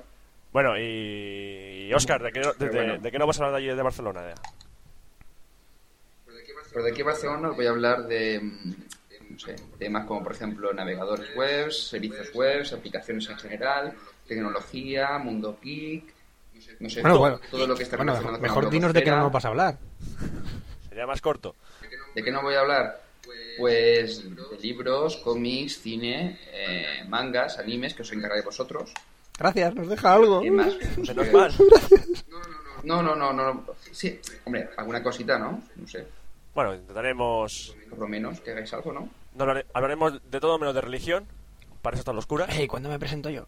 Bueno, y, y Oscar, ¿de qué, de,
Pero bueno.
de- de qué no vas a hablar de allí de Barcelona? ya?
Pero de aquí a Barcelona os voy a hablar de, mm, no sé, temas como, por ejemplo, navegadores webs, servicios webs, aplicaciones en general, tecnología, mundo geek, no sé,
Bueno,
todo,
bueno,
todo lo que está
bueno,
relacionado con la
mejor dinos de qué no
blogosfera.
nos vas a hablar.
Sería más corto.
¿De qué no voy a hablar? Pues de libros, cómics, cine, eh, mangas, animes, que os encargáis vosotros.
Gracias, nos deja algo.
¿Qué más?
Menos mal.
No, no, no, no. Sí, hombre, alguna cosita, ¿no? No sé.
Bueno, intentaremos.
Por lo menos que hagáis algo, ¿no?
No hablare- hablaremos de todo menos de religión. Para eso están los curas.
Ey, ¿cuándo me presento yo?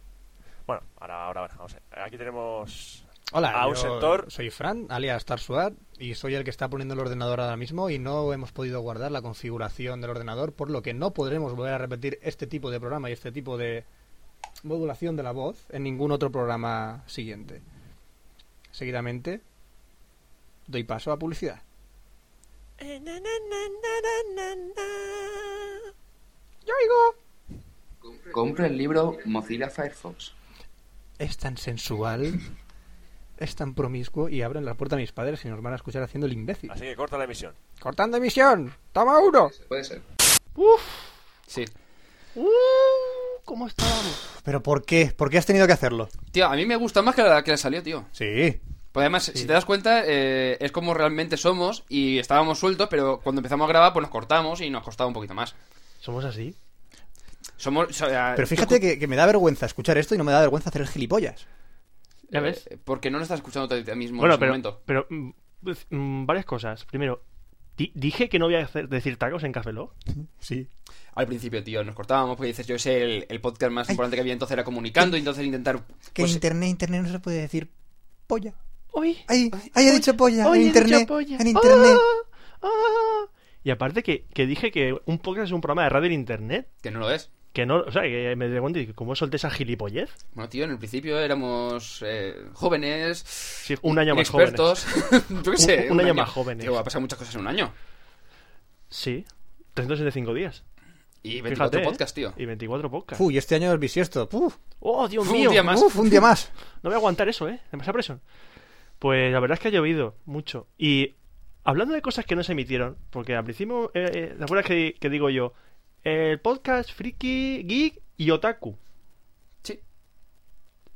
Bueno, ahora, ahora, ahora, vamos a ver. Aquí tenemos
Hola,
a un
yo
sector.
soy Fran, alias Tarsuad, y soy el que está poniendo el ordenador ahora mismo y no hemos podido guardar la configuración del ordenador, por lo que no podremos volver a repetir este tipo de programa y este tipo de modulación de la voz en ningún otro programa siguiente. Seguidamente, doy paso a publicidad.
Compra el libro Mozilla Firefox.
Es tan sensual, es tan promiscuo y abren la puerta a mis padres y nos van a escuchar haciendo el imbécil.
Así que corta la emisión.
¡Cortando emisión! ¡Toma uno!
Puede ser.
Uf,
Sí.
uh, ¿cómo estábamos?
¿Pero por qué? ¿Por qué has tenido que hacerlo?
Tío, a mí me gusta más que la que le salió, tío.
Sí.
Pues además, si te das cuenta, eh, es como realmente somos y estábamos sueltos, pero cuando empezamos a grabar, pues nos cortamos y nos costaba un poquito más.
¿Somos así?
Somos. o sea,
Pero
yo
fíjate que, que me da vergüenza escuchar esto y no me da vergüenza hacer el gilipollas.
Eh, Porque no lo estás escuchando a ti mismo
Bueno,
en ese
pero,
momento.
pero mm, pues, mm, varias cosas. Primero, di- dije que no voy a hacer- decir tacos en Café Lock.
Sí.
Al principio, tío, nos cortábamos porque dices, yo sé, el, el podcast más importante que había entonces era comunicando y entonces intentar.
Pues
Que internet, internet no se puede decir polla.
Hoy.
Ay, ay, he dicho polla.
hoy
en
he dicho
internet.
polla. Ah.
En internet.
Ah, Y aparte que, que dije que un podcast es un programa de radio en internet.
Que no lo es.
Que no, o sea, que me di cuenta y que cómo solté esa gilipollez.
Bueno, tío, en el principio éramos eh, jóvenes. Sí,
un año más
expertos.
jóvenes.
yo qué
Un-
sé.
un año más jóvenes.
Tío, va a pasar muchas cosas en un año.
Sí. 365 días.
Y 24
¿eh?
podcasts, tío.
Y 24 podcasts.
Uy, este año es bisiesto. Puf.
¡Oh, Dios
Fue un
mío!
día más.
Uf, un día más.
No voy a aguantar eso, ¿eh? Demasiada presión. Pues la verdad es que ha llovido mucho. Y hablando de cosas que no se emitieron, porque al principio, eh, eh, ¿te acuerdas que, que digo yo? El podcast Friki, Geek y Otaku.
Sí.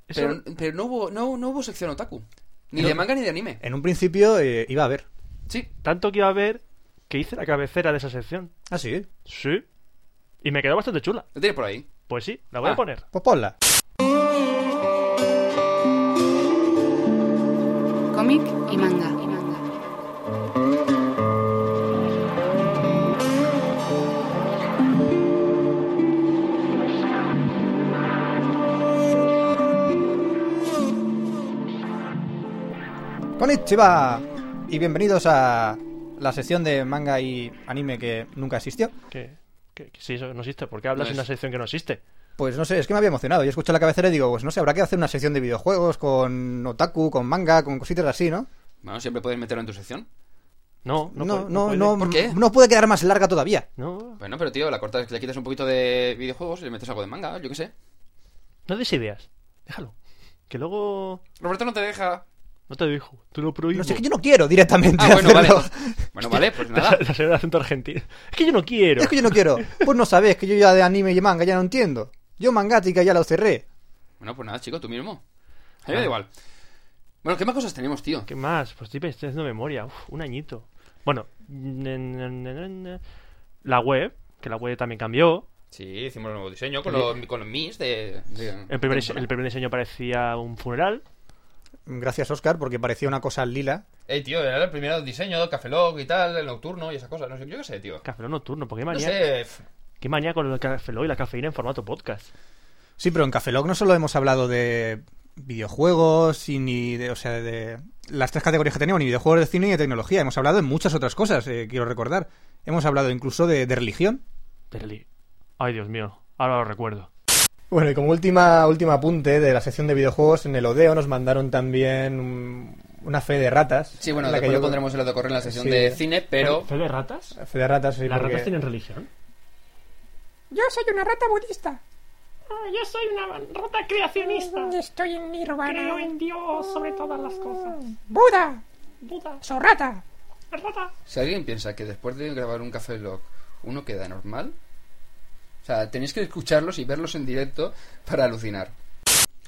Eso-
Pero, pero no, hubo, no, no hubo sección otaku. Ni de manga ni de anime.
En un principio eh, iba a haber.
Sí.
Tanto que iba a ver que hice la cabecera de esa sección.
¿Ah, sí?
Sí. Y me quedó bastante chula.
¿Lo tienes por ahí?
Pues sí, la voy
Ah.
a poner.
Pues ponla.
Cómic y manga.
Konnichiwa y bienvenidos a la sección de manga y anime que nunca existió.
Que, que- que sí, eso no existe. ¿Por qué hablas
No
de una
es.
sección que no existe?
Pues no sé, es que me había emocionado. Yo escuché la cabecera y digo, pues no sé, habrá que hacer una sección de videojuegos con otaku, con manga, con cositas así, ¿no?
Bueno, siempre puedes meterlo en tu sección.
No,
no
no,
puede,
no,
no puede.
no,
¿Por qué?
no puede quedar más larga todavía.
Bueno, pero tío, la cortas, le quitas un poquito de videojuegos y le metes algo de manga, yo qué sé.
No des ideas. Déjalo. Que luego.
Roberto no te deja.
No te dijo. Tú lo prohíbes.
No sé, que yo no quiero directamente
Ah, bueno, vale.
hacerlo.
Bueno, vale, pues nada.
La señora de acento argentino. Es que yo no quiero.
Es que yo no quiero. Pues no sabes que yo ya de anime y manga ya no entiendo. Yo mangática ya lo cerré.
Bueno, pues nada, chico, tú mismo. A mí me da igual. Bueno, ¿qué más cosas tenemos, tío?
¿Qué más? Pues estoy estoy haciendo memoria. Uf, un añito. Bueno. na, na, na, na, na. La web. Que la web también cambió.
Sí, hicimos un nuevo diseño con
Sí.
los, con los mis de... de-
El primer, dise-
temporada.
el primer diseño parecía un funeral.
Gracias, Oscar, porque parecía una cosa lila.
Eh, tío, era el primer diseño, el Café Lock y tal, el nocturno y esas cosas. No sé, yo qué sé, tío.
Café Lock nocturno, porque qué
No
manía.
sé, f-
Qué manía con el Café Lock y la cafeína en formato podcast.
Sí, pero en Café Lock no solo hemos hablado de videojuegos y ni de, o sea, de las tres categorías que tenemos, ni videojuegos de cine ni de tecnología. Hemos hablado de muchas otras cosas, eh, quiero recordar. Hemos hablado incluso de, de religión.
Pero li- Ay, Dios mío. Ahora lo recuerdo.
Bueno, y como última, último apunte de la sección de videojuegos, en el Odeo nos mandaron también un- una fe de ratas.
Sí, bueno,
en la que
después
yo-
lo pondremos en lo de correr en la sesión
Sí.
de cine, pero...
¿Fe de ratas?
Fe de ratas, sí,
¿Las
porque-
ratas tienen religión?
Yo soy una rata budista. Ah, Mm, yo soy una rata creacionista. Estoy en Nirvana.
Creo en
Dios sobre todas las cosas. Buda. Buda. Sorrata. Rata.
Si alguien piensa que después de grabar un Café Lock uno queda normal, o sea, tenéis que escucharlos y verlos en directo para alucinar.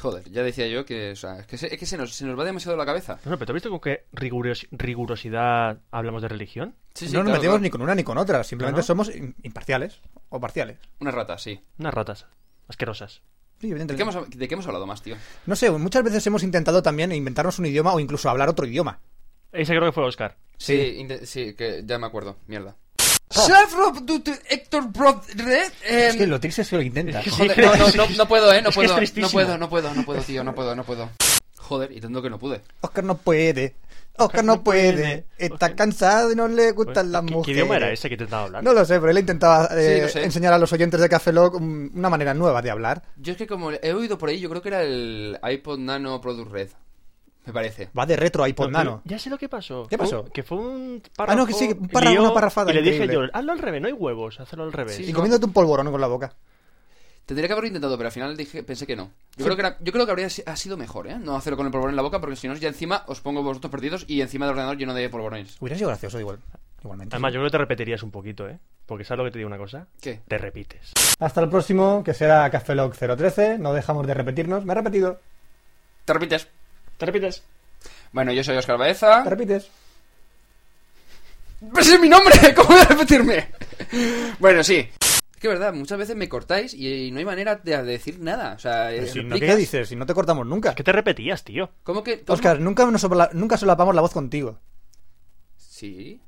Joder, ya decía yo que, o sea, es que, se, es que se, nos, se nos va demasiado la cabeza.
No, no, pero ¿te has visto con qué riguros- rigurosidad hablamos de religión?
no nos metemos ni con una ni con otra, simplemente
No, no.
somos im- imparciales o parciales.
Unas ratas, sí.
Unas ratas. Asquerosas.
Sí,
¿De
evidentemente.
qué, hemos, de qué hemos hablado más, tío?
No sé, muchas veces hemos intentado también inventarnos un idioma o incluso hablar otro idioma.
Ese creo que fue Oscar.
Sí, inte- sí, que ya me acuerdo, mierda.
Self-Rob Duty Héctor Brod Red. eh.
Es
Em,
que lo triste es que lo intenta.
Joder, no, no, no, no puedo, eh, no
Es que es
puedo, no
tristísimo.
puedo, no puedo, no puedo, tío, no puedo, no puedo. Joder, y tanto que no pude.
Oscar no puede. Oscar no puede. Está cansado y no le gustan las
Pues, ¿Qué,
mujeres.
qué idioma era ese que intentaba hablar?
No lo sé, pero él intentaba eh,
Sí, lo sé.
enseñar a los oyentes de Café Lock un- una manera nueva de hablar.
Yo es que como he oído por ahí, yo creo que era el iPod Nano Product Red, me parece.
Va de retro a iPod
No, pero
Nano.
Ya sé lo que pasó.
¿Qué pasó?
Fue- Que fue un
Ah, no, que sí, que un párrafo,
lío,
una parrafada
Y le dije yo,
increíble.
hazlo al revés, no hay huevos, hazlo al revés.
y comiéndote un polvorón con la boca.
Tendría que haberlo intentado, pero al final dije, pensé que no. Yo creo que, era- yo creo que habría si- ha sido mejor, ¿eh? No hacerlo con el polvorón en la boca, porque si no, ya encima os pongo vosotros perdidos y encima del ordenador lleno de polvorones.
Hubiera sido gracioso igual, igualmente.
Además, yo creo que te repetirías un poquito, ¿eh? Porque ¿sabes lo que te digo una cosa?
¿Qué?
Te repites.
Hasta el próximo, que será Café Lock 013. No dejamos de repetirnos. Me he repetido.
¿Te repites?
¿Te repites?
Bueno, yo soy Oscar Baeza.
¿Te repites?
¡Ese es mi nombre! ¿Cómo voy a repetirme? bueno, sí. Es que es verdad, muchas veces me cortáis y, y no hay manera de decir nada. O sea, eh,
Si no, ¿Qué
replicas.
dices? Si no te cortamos nunca.
¿Qué te repetías, tío?
¿Cómo que...? cómo-
Oscar, nunca, nos sopla- nunca solapamos la voz contigo.
Sí,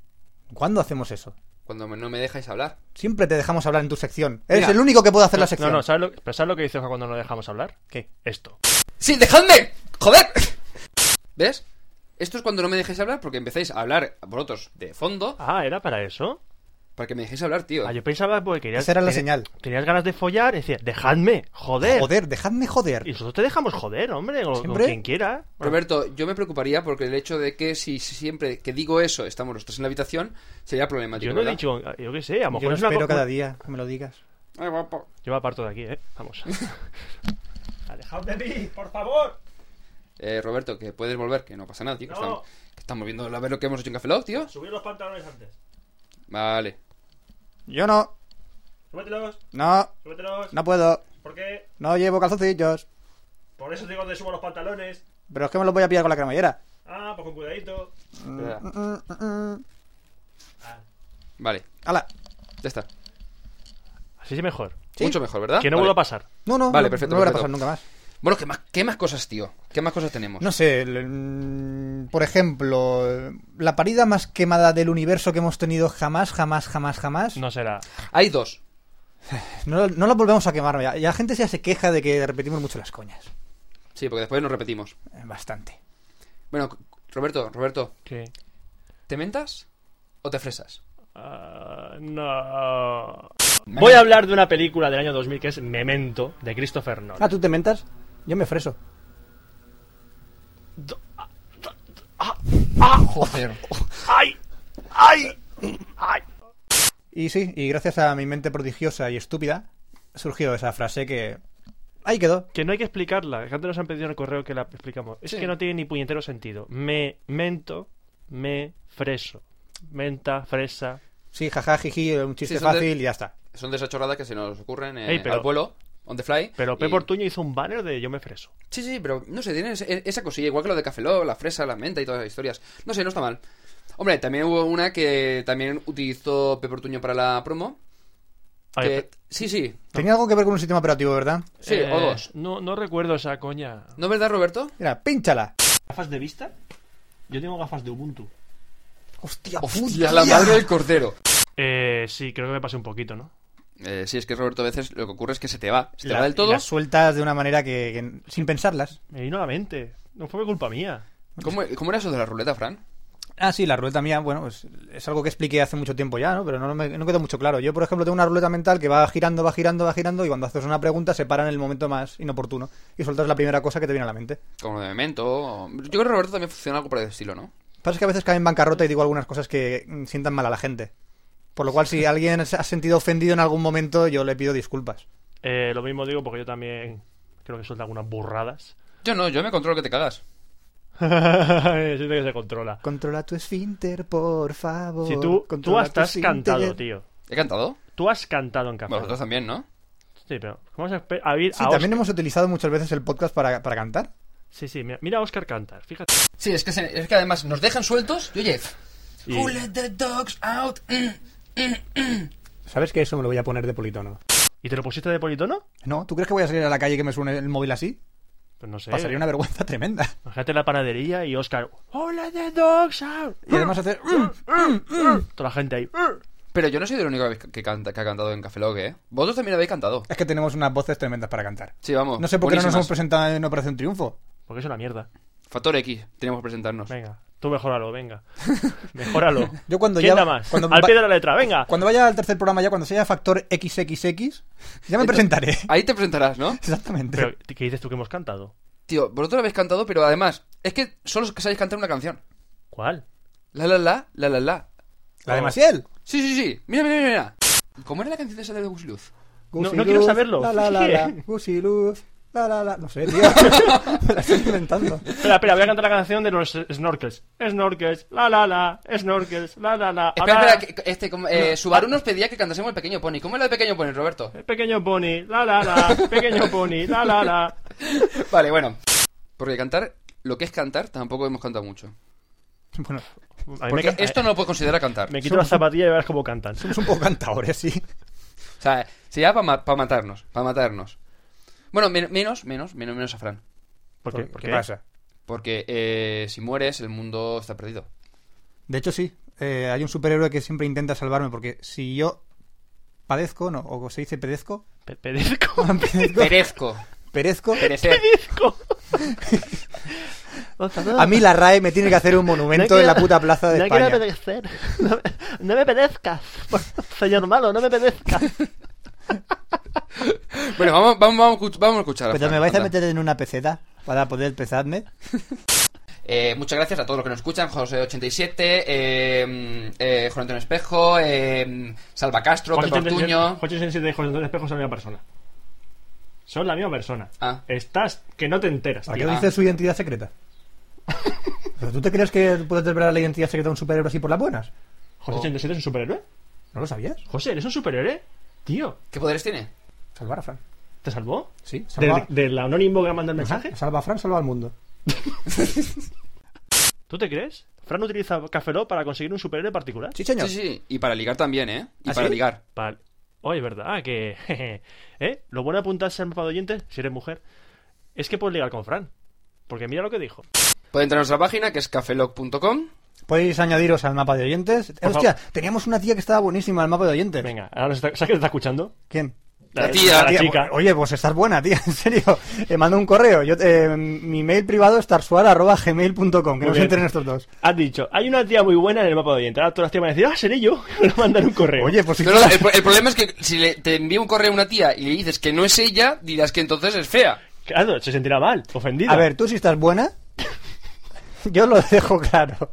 ¿Cuándo hacemos eso?
cuando me- no me dejáis hablar.
Siempre te dejamos hablar en tu sección. Eres
Mira.
el único que puede hacer
No,
la sección.
No, no, ¿sabes lo, pero ¿sabes lo que dice Oscar cuando no dejamos hablar?
¿Qué?
Esto.
¡Sí, dejadme! ¡Joder! ¿Ves? Esto es cuando no me dejéis hablar porque empezáis a hablar vosotros de fondo
Ah, ¿era para eso?
para que me dejéis hablar, tío.
Ah, yo pensaba porque querías...
Esa era la
tenías-
señal.
Tenías ganas de follar y decías, dejadme, joder.
Joder, dejadme joder.
Y nosotros te dejamos joder, hombre, o con
Siempre.
quien quiera.
Roberto, yo me preocuparía porque el hecho de que si siempre que digo eso estamos los tres en la habitación sería problemático.
Yo no he
¿verdad?
dicho, yo qué sé, a lo mejor
Yo lo
es una...
espero
co-
cada día que me lo digas.
Ay, guapo.
Yo me aparto de aquí, eh. Vamos. Alejaos de mí, por favor.
Eh, Roberto, que puedes volver, que no pasa nada, tío. que
No.
estamos, que estamos viendo a ver lo que hemos hecho en Café Lock, tío.
Subir los pantalones antes.
Vale.
Yo no.
Súbetelos.
No.
Súbetelos.
No puedo.
¿Por qué?
No llevo calzoncillos.
Por eso digo que subo los pantalones.
Pero es que me los voy a pillar con la cremallera. Mm,
Ah, pues con cuidadito.
Vale.
Hala.
Ya está.
Así es mejor.
Sí.
Mucho mejor, ¿verdad?
Que no
Vale.
vuelva a pasar.
No, no,
Vale,
no-
perfecto.
no volverá a
perfecto.
pasar nunca más.
Bueno, ¿qué más, ¿qué más cosas, tío? ¿Qué más cosas tenemos?
No sé, el- mm, por ejemplo, la parida más quemada del universo que hemos tenido jamás, jamás, jamás, jamás.
No será.
Hay dos.
No, no la volvemos a quemar. Ya. Y La gente ya se queja de que repetimos mucho las coñas.
Sí, porque después nos repetimos.
Eh, Bastante.
Bueno, c- Roberto, Roberto.
¿Qué?
¿Te mentas o te fresas?
Ah, no. Voy a hablar de una película del año 2000 que es Memento, de Christopher Nolan.
Ah, ¿tú te mentas? Yo me freso.
ah,
Joder.
¡Ay! ¡Ay! ¡Ay!
Y sí, y gracias a mi mente prodigiosa y estúpida, surgió esa frase que... Ahí quedó.
Que no hay que explicarla. Que antes nos han pedido en el correo que la explicamos. Es
Sí.
que no tiene ni puñetero sentido. Me mento, me freso. Menta, fresa.
Sí, jaja, jiji, un chiste
Sí, son de-
fácil y ya está.
Son de esas chorradas que se nos ocurren eh,
Ey, pero-
al vuelo, on the fly.
Pero
y-
Pepe Ortuño hizo un banner de Yo me freso.
Sí, sí, pero no sé, tienen ese- e, esa cosilla, igual que lo de Café Lock, la fresa, la menta y todas las historias. No sé, no está mal. Hombre, también hubo una que también utilizó Pepe Ortuño para la promo.
Ah,
Ay,
que-
pe-
Sí, sí,
Tenía algo que ver con un sistema operativo, ¿verdad?
Eh, sí, o
Eh,
dos.
No, no recuerdo esa coña.
¿No es verdad, Roberto?
Mira, pínchala.
¿Gafas de vista? Yo tengo gafas de Ubuntu.
Hostia,
Hostia, la madre del cordero.
Eh, sí, creo que me pasé un poquito, ¿no?
Eh, sí, es que Roberto a veces lo que ocurre es que se te va. Se te
La-
va del todo.
Las sueltas de una manera que, que sin pensarlas.
Me vino a la mente. No fue culpa mía.
¿Cómo, cómo era eso de la ruleta, Fran?
Ah, sí, la ruleta mía, bueno, pues es algo que expliqué hace mucho tiempo ya, ¿no? Pero no, me, no quedó mucho claro. Yo, por ejemplo, tengo una ruleta mental que va girando, va girando, va girando, y cuando haces una pregunta se para en el momento más inoportuno y sueltas la primera cosa que te viene a la mente.
Como lo de Memento. o- Yo creo que Roberto también funciona algo por el estilo, ¿no?
Pasa que a veces cae en bancarrota y digo algunas cosas que mm, sientan mal a la gente. Por lo cual, si alguien se ha sentido ofendido en algún momento, yo le pido disculpas.
Eh, lo mismo digo porque yo también creo que suelta algunas burradas.
Yo no, yo me controlo que te cagas.
Siento que se controla.
Controla tu esfínter, por favor.
Si tú, tú
Controla tu
hasta has
esfínter.
cantado, tío.
¿He cantado?
Tú has cantado en café.
Vosotros también, ¿no?
Sí, pero vamos a, espe- a ir
Sí,
a
también
Oscar.
hemos utilizado muchas veces el podcast para, para cantar.
Sí, sí, mira, mira a Oscar cantar, fíjate.
Sí, es que, se- es que además nos dejan sueltos. Yo, Jeff.
Y-
Who let the dogs out? Mm, mm, mm.
¿Sabes que eso me lo voy a poner de politono?
¿Y te lo pusiste de politono?
No, ¿tú crees que voy a salir a la calle y que me suene el móvil así?
Pues no sé.
Pasaría una vergüenza tremenda.
Imagínate la panadería y Oscar. ¡Hola, the dogs out!
Y además hacer... "Mm".
Toda la gente ahí.
Pero yo no soy el único que, que canta, que ha cantado en Café Log, ¿eh? Vosotros también habéis cantado.
Es que tenemos unas voces tremendas para cantar.
Sí, vamos.
No sé por qué no nos hemos
buenísimas.
presentado en Operación Triunfo.
Porque es una mierda.
Factor X, tenemos que presentarnos.
Venga, tú mejóralo, venga. Mejóralo.
Yo cuando
¿Quién
ya-
da más?
cuando
Al
va-
pie de la letra, venga.
Cuando vaya al tercer programa ya, cuando sea factor XXX, ya me presentaré.
Ahí te presentarás, ¿no?
Exactamente.
Pero, ¿qué dices tú que hemos cantado?
Tío, vosotros habéis cantado, pero además, es que solo sabéis cantar una canción.
¿Cuál?
La la la, la la la.
La de Maciel.
Sí, sí, sí. Mira, mira, mira, mira. ¿Cómo era la canción esa de Gus Luz?
No-
Gusiluz,
no quiero saberlo.
La, la, la,
Sigue.
la. Gusiluz, la, la, la. No sé, tío. me la estoy inventando.
Espera, espera, voy a cantar la canción de los snorkels. Snorkels, la la la, snorkels, la la la.
Espera,
Ahora,
espera, que- este, como, eh, Subaru nos pedía que cantásemos el pequeño pony. ¿Cómo era el pequeño pony, Roberto?
Pequeño pony, la la la, pequeño pony, la la la.
Vale, bueno. Porque cantar, lo que es cantar, tampoco hemos cantado mucho.
Bueno,
A mí me,
Porque
ca-
esto no lo puedo considerar cantar.
me quito las zapatillas y verás cómo cantan.
somos un poco cantadores, sí.
O sea, sería para matarnos, para matarnos. Bueno, men- menos, menos, menos, menos a Fran.
¿Por qué? ¿Por qué?
pasa?
Porque eh, si mueres, el mundo está perdido.
De hecho, sí. Eh, hay un superhéroe que siempre intenta salvarme porque si yo padezco, no, o se dice pedezco,
Pe- Pedezco.
pedezco,
Perezco.
perezco,
Perecer.
Pedezco.
a mí la RAE me tiene que hacer un monumento en la puta plaza de España.
pedecer. No, me pedezcas. Señor malo, no me pedezcas.
Bueno, vamos, vamos, vamos, a escuch- vamos a escuchar. a
Pero
Fran,
Pues me vais a
anda.
meter en una peceta para poder pesarme.
Eh, muchas gracias a todos los que nos escuchan: José87, eh, eh, Juan Antonio Espejo, eh, Salva Castro, Pepe Ortuño.
867 y José Antonio Espejo son la misma persona. Son la misma persona.
Ah.
Estás que no te enteras,
¿Para
tío.
qué dices su identidad secreta? ¿Pero tú te crees que puedes desvelar la identidad secreta de un superhéroe así por las buenas?
¿José 87 es un superhéroe?
¿No lo sabías?
José, ¿eres un superhéroe?
Tío.
¿Qué poderes tiene?
Salvar a Fran.
¿Te salvó?
Sí,
¿Del,
salva-
del anónimo que ha mandado el
¿Ah,
mensaje?
Salva a Fran, salva al mundo.
¿Tú te crees? ¿Fran utiliza Cafeló para conseguir un superhéroe particular?
Sí,
Sí, sí. Y para ligar también, ¿eh? Y
¿Ah,
para
sí?
ligar.
Pal- Oye, ¿verdad? Ah, que... jeje. ¿Eh? Lo bueno de apuntarse al mapa de oyentes, si eres mujer, es que puedes ligar con Fran. Porque mira lo que dijo.
Pueden entrar a nuestra página, que es cafelog.com.
Podéis añadiros al mapa de oyentes.
Por
Hostia, teníamos una tía que estaba buenísima al mapa de oyentes.
Venga, ahora está- ¿sabes que te está escuchando?
¿Quién?
La La tía. tía. La chica.
Oye, pues estás buena, tía, en serio. Eh, manda un correo. Yo, eh, mi mail privado es tarsuar.gmail.com. Que
Muy
nos
bien.
entren estos dos.
Has dicho, hay una tía muy buena en el mapa de oyentes. Ahora todas las tías van a decir, ah, seré yo. Me lo mandan un correo.
Oye, pues
No, no, el, pro- el problema es que si le- te envía un correo a una tía y le dices que no es ella, dirás que entonces es fea.
Claro, se sentirá mal, ofendida.
A ver, tú si estás buena, yo lo dejo claro.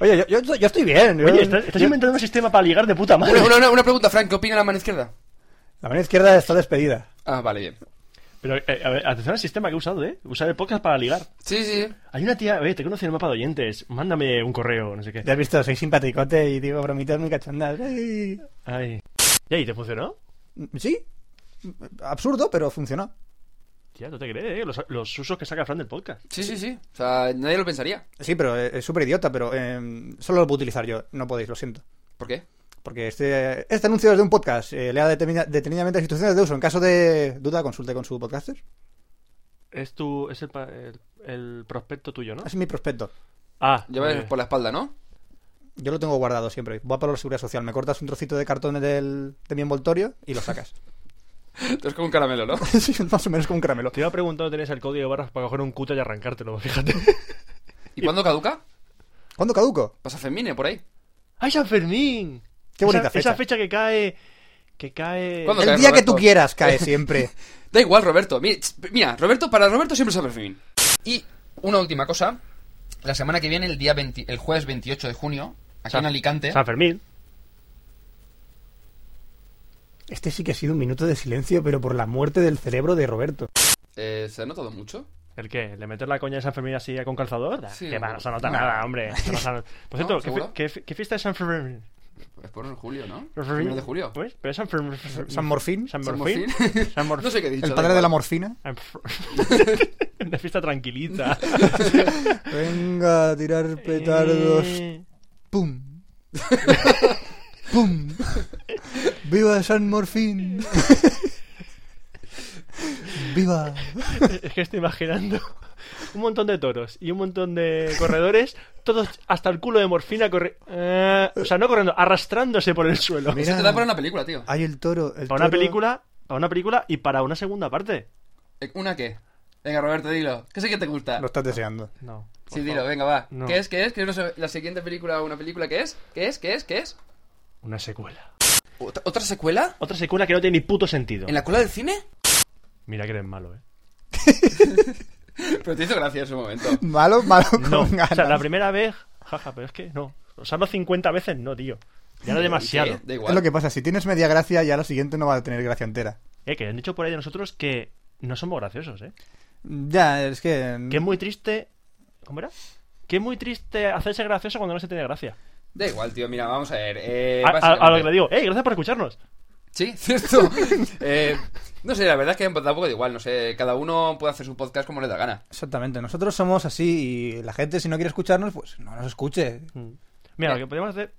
Oye, yo, yo- yo estoy bien. yo-
Oye, estás, estás
yo-
inventando un sistema para ligar de puta madre.
Una, una- una pregunta, Frank, ¿qué opina la mano izquierda?
La mano izquierda está despedida.
Ah, vale, bien.
Pero, eh, a ver, atención al sistema que he usado, ¿eh? Usar el podcast para ligar.
Sí, sí.
Hay una tía, oye, te conocí en el mapa de oyentes. Mándame un correo, no sé qué.
Ya has visto, soy simpaticote y digo bromitas muy cachondas. Ay.
Ay. ¿Y ahí te funcionó?
Sí, absurdo, pero funcionó.
Tía, no te crees, ¿eh? Los, los usos que saca Fran del podcast.
Sí, sí, sí. O sea, nadie lo pensaría.
Sí, pero eh, es súper idiota, pero eh, solo lo puedo utilizar yo. No podéis, lo siento.
¿Por qué?
Porque este, este anuncio es de un podcast. Eh, lea determina- detenidamente las instrucciones de uso. En caso de duda, consulte con su podcaster.
Es tu, es el, pa- el, el prospecto tuyo, ¿no?
Así es mi prospecto.
Ah,
Llevas
muy bien.
por la espalda, ¿no?
Yo lo tengo guardado siempre. Voy a por la seguridad social. Me cortas un trocito de cartón del, de mi envoltorio y lo sacas.
Tú es como un caramelo, ¿no?
Sí, más o menos como un caramelo.
Te iba a preguntar dónde tenías el código de barras para coger un cuto y arrancártelo, fíjate.
¿Y cuándo caduca?
¿Cuándo caduco?
Pasa Femine, por ahí.
¡Ay, San Fermín!
Qué bonita
esa,
fecha.
Esa fecha que cae... Que cae...
¿Cuándo
El
cae,
día que
Roberto?
tú quieras cae siempre.
da igual, Roberto. Mi- ch- Mira, Roberto, para Roberto siempre es San Fermín. Y una última cosa. La semana que viene, el día 20 el jueves 28 de junio, aquí
San-
en Alicante.
San Fermín.
Este sí que ha sido un minuto de silencio, pero por la muerte del cerebro de Roberto.
Eh, ¿Se ha notado mucho?
¿El qué? ¿Le meter la coña de San Fermín así con calzador?
Sí,
que va,
hombre.
no se nota
No.
nada, hombre. Eso no se nota. Por cierto,
¿No?
¿qué,
¿Seguro?
fi- qué fi- qué fiesta es San Fermín?
Es por julio, ¿no?
San Fermín.
Primero de julio.
¿Pues? ¿Pero es San Fermín?
San Morfín.
San
San
Morfín.
Morfín.
San Morfín.
No sé qué he dicho,
El
da
padre de la
igual.
morfina.
San Fer- Una fiesta tranquilita.
Venga a tirar petardos.
Eh.
¡Pum! ¡Pum! ¡Viva San Morfín! ¡Viva!
es que estoy imaginando un montón de toros y un montón de corredores, todos hasta el culo de morfina, corri- eh, o sea, no corriendo, arrastrándose por el suelo.
Mira.
Te da para una película, tío.
Hay el toro. El
Para una
toro-
película, para una película y para una segunda parte.
Eh, ¿Una qué? Venga, Roberto, dilo. ¿Qué sé que te gusta?
Lo estás deseando.
No. por
Sí, dilo,
favor.
venga, va.
No.
¿Qué es? ¿Qué es? ¿Qué es una se- la siguiente película o una película? ¿Qué es? ¿Qué es? ¿Qué es? ¿Qué es?
Una secuela.
¿Otra, otra secuela?
Otra secuela que no tiene ni puto sentido.
¿En la cola del cine?
Mira que eres malo, eh.
Pero te hizo gracia en su momento.
Malo, malo con
No, o
ganas.
sea, la primera vez, jaja, pero es que no. O sea, no 50 veces, no, tío. Ya era demasiado.
¿Y qué? Da
Es
igual.
lo que pasa, si tienes media gracia, ya la siguiente no va a tener gracia entera.
Eh, que han dicho por ahí de nosotros que no somos graciosos, eh.
Ya, es que.
Que es muy triste. ¿Cómo era? Que es muy triste hacerse gracioso cuando no se tiene gracia.
Da igual, tío. Mira, vamos a ver. eh,
A, a- a lo que
básicamente-
le digo, ¡eh! Gracias por escucharnos.
Sí, cierto. Eh, no sé, la verdad es que tampoco da igual. No sé, cada uno puede hacer su podcast como le da gana.
Exactamente, nosotros somos así y la gente, si no quiere escucharnos, pues no nos escuche.
Eh.
Mira, lo que podemos hacer.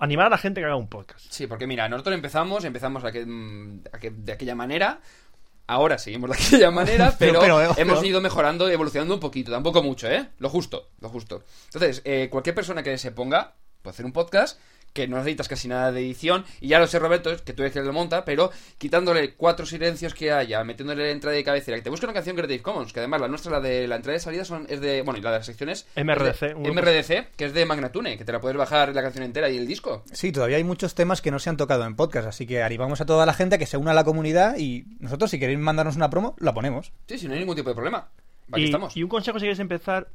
Animar a la gente que haga un podcast.
Sí, porque mira, nosotros empezamos, empezamos a que- mm, a que- de aquella manera. Ahora seguimos de aquella manera, pero,
Pero-
eh,
pero-
hemos
pero-
ido mejorando, evolucionando un poquito. Tampoco mucho, ¿eh? Lo justo, lo justo. Entonces, eh, cualquier persona que se ponga, puede hacer un podcast, que no necesitas casi nada de edición. Y ya lo sé, Roberto, que tú eres quien lo monta, pero quitándole cuatro silencios que haya, metiéndole la entrada y cabecera, que te busque una canción Creative Commons, que además la nuestra, la de la entrada y salida, son, es de. Bueno, y la de las secciones. es de-
MRDC, un grupo-
MRDC, que es de Magnatune, que te la puedes bajar la canción entera y el disco.
Sí, todavía hay muchos temas que no se han tocado en podcast, así que animamos a toda la gente a que se una a la comunidad y nosotros, si queréis mandarnos una promo, la ponemos.
Sí, sí, no hay ningún tipo de problema. Aquí
y,
estamos.
y un consejo si queréis empezar.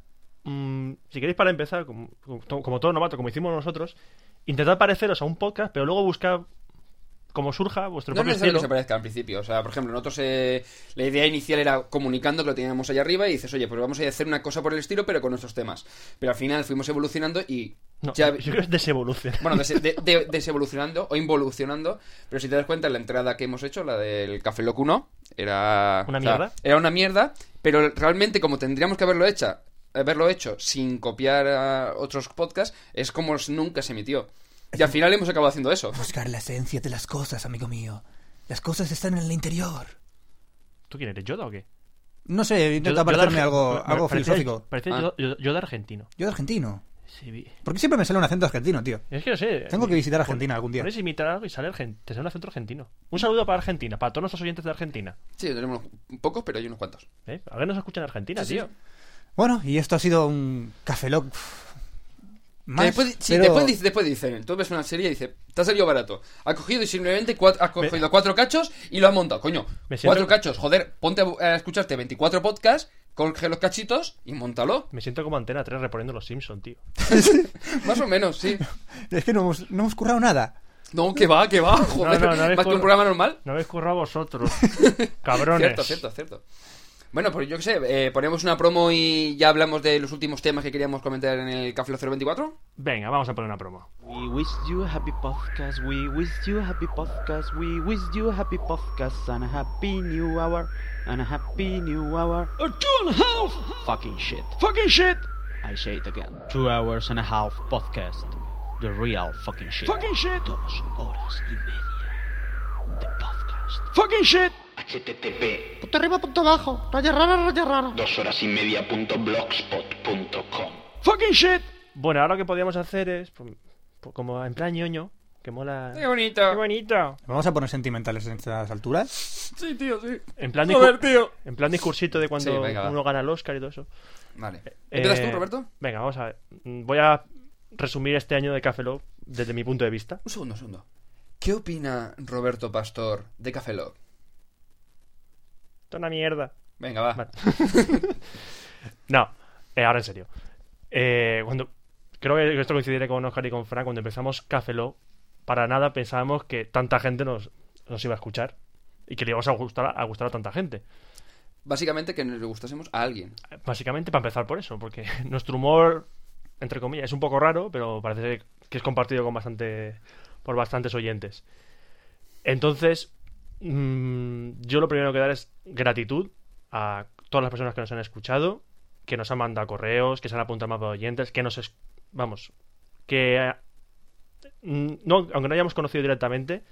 mm, si queréis para empezar, como, como, como todo novato, como hicimos nosotros, intentad pareceros a un podcast, pero luego buscad como surja vuestro
No es
propio
necesario
estilo.
que se parezca al principio. O sea, por ejemplo, nosotros eh, la idea inicial era comunicando que lo teníamos allá arriba y dices, oye, pues vamos a hacer una cosa por el estilo, pero con nuestros temas. Pero al final fuimos evolucionando y
No,
Ya-
yo creo que es desevolución.
Bueno, des- de- de- desevolucionando o involucionando, pero si te das cuenta, la entrada que hemos hecho, la del Café Locuno, era.
Una
o sea,
mierda.
era una mierda, pero realmente, como tendríamos que haberlo hecha, haberlo hecho sin copiar a otros podcasts, es como s- nunca se emitió. Y al final hemos acabado haciendo eso.
Buscar la esencia de las cosas, amigo mío. Las cosas están en el interior.
¿Tú quién eres, Yoda o qué?
No sé, intenta
Yoda-
apartarme
Yoda-
algo,
me-
algo
parece-
filosófico.
Parece
Ah.
Yoda- Yoda- Yoda argentino.
Yo de argentino.
Sí, vi-
¿Por qué siempre me sale un acento argentino, tío?
Es que no sé.
Tengo que visitar
Pon-
Argentina algún día.
Pones imitar algo y sale Argen- te sale un acento argentino. Un saludo para Argentina, para todos nuestros oyentes de Argentina.
Sí, tenemos unos pocos, pero hay unos cuantos.
¿Eh? A ver, nos escuchan en Argentina,
Sí, sí.
tío.
Bueno, y esto ha sido un café lock.
Más,
después, di- sí,
pero-
después dice- después dicen, tú ves una serie y dice, te ha salido barato. Ha cogido y simplemente cua- ha cogido cuatro cachos y lo ha montado, coño.
Me siento-
Cuatro cachos, joder, ponte a, bu- a escucharte 24 podcasts, coge los cachitos y montalo.
Me siento como Antena 3 reponiendo los Simpson, tío.
Más o menos, sí.
Es que no hemos, no hemos currado nada.
No, que va, que va, joder.
No, no, no habéis
Más que
curra-
un programa normal.
No habéis currado vosotros. Cabrones.
Cierto, cierto, cierto. Bueno, pues yo qué sé, eh, ponemos una promo y ya hablamos de los últimos temas que queríamos comentar en el Café Lock 024.
Venga, vamos a poner una promo.
We wish you a happy podcast, we wish you a happy podcast, we wish you a happy podcast, and a happy new hour, and a happy new hour. A two and a half! Fucking shit. Fucking shit! I say it again. Two hours and a half podcast. The real fucking shit.
Fucking
shit! Dos horas y media. The podcast. Fucking shit! HTTP.
Punto arriba, punto abajo. Raya rara, raya rara.
Dos horas y media punto blogspot.com.
¡Fucking shit! Bueno, ahora lo que podíamos hacer es. pues, pues, como en plan ñoño, que mola.
¡Qué bonito!
¡Qué bonito!
¿Nos ¿Vamos a poner sentimentales en estas alturas?
Sí, tío, sí.
En plan,
Joder,
discu-
tío.
en plan discursito de cuando
Sí, venga, va.
uno gana el Oscar y todo eso.
Vale.
Eh,
¿Empiezas
eh,
tú, Roberto?
Venga, vamos a ver. Mm, Voy a resumir este año de Café Lock desde mi punto de vista.
Un segundo, un segundo. ¿Qué opina Roberto Pastor de Café Lock?
Esto es una mierda.
Venga, va.
No, eh, ahora en serio. Eh, cuando Creo que esto coincidiré con Oscar y con Frank. Cuando empezamos Café Lock, para nada pensábamos que tanta gente nos, nos iba a escuchar y que le íbamos a gustar a gustar a tanta gente.
Básicamente que nos gustásemos a alguien.
Básicamente para empezar por eso, porque nuestro humor, entre comillas, es un poco raro, pero parece que es compartido con bastante por bastantes oyentes. Entonces, mm, yo lo primero que dar es gratitud a todas las personas que nos han escuchado, que nos han mandado correos, que se han apuntado más oyentes, que nos... es- Vamos, que... eh, mm, No, aunque no hayamos conocido directamente,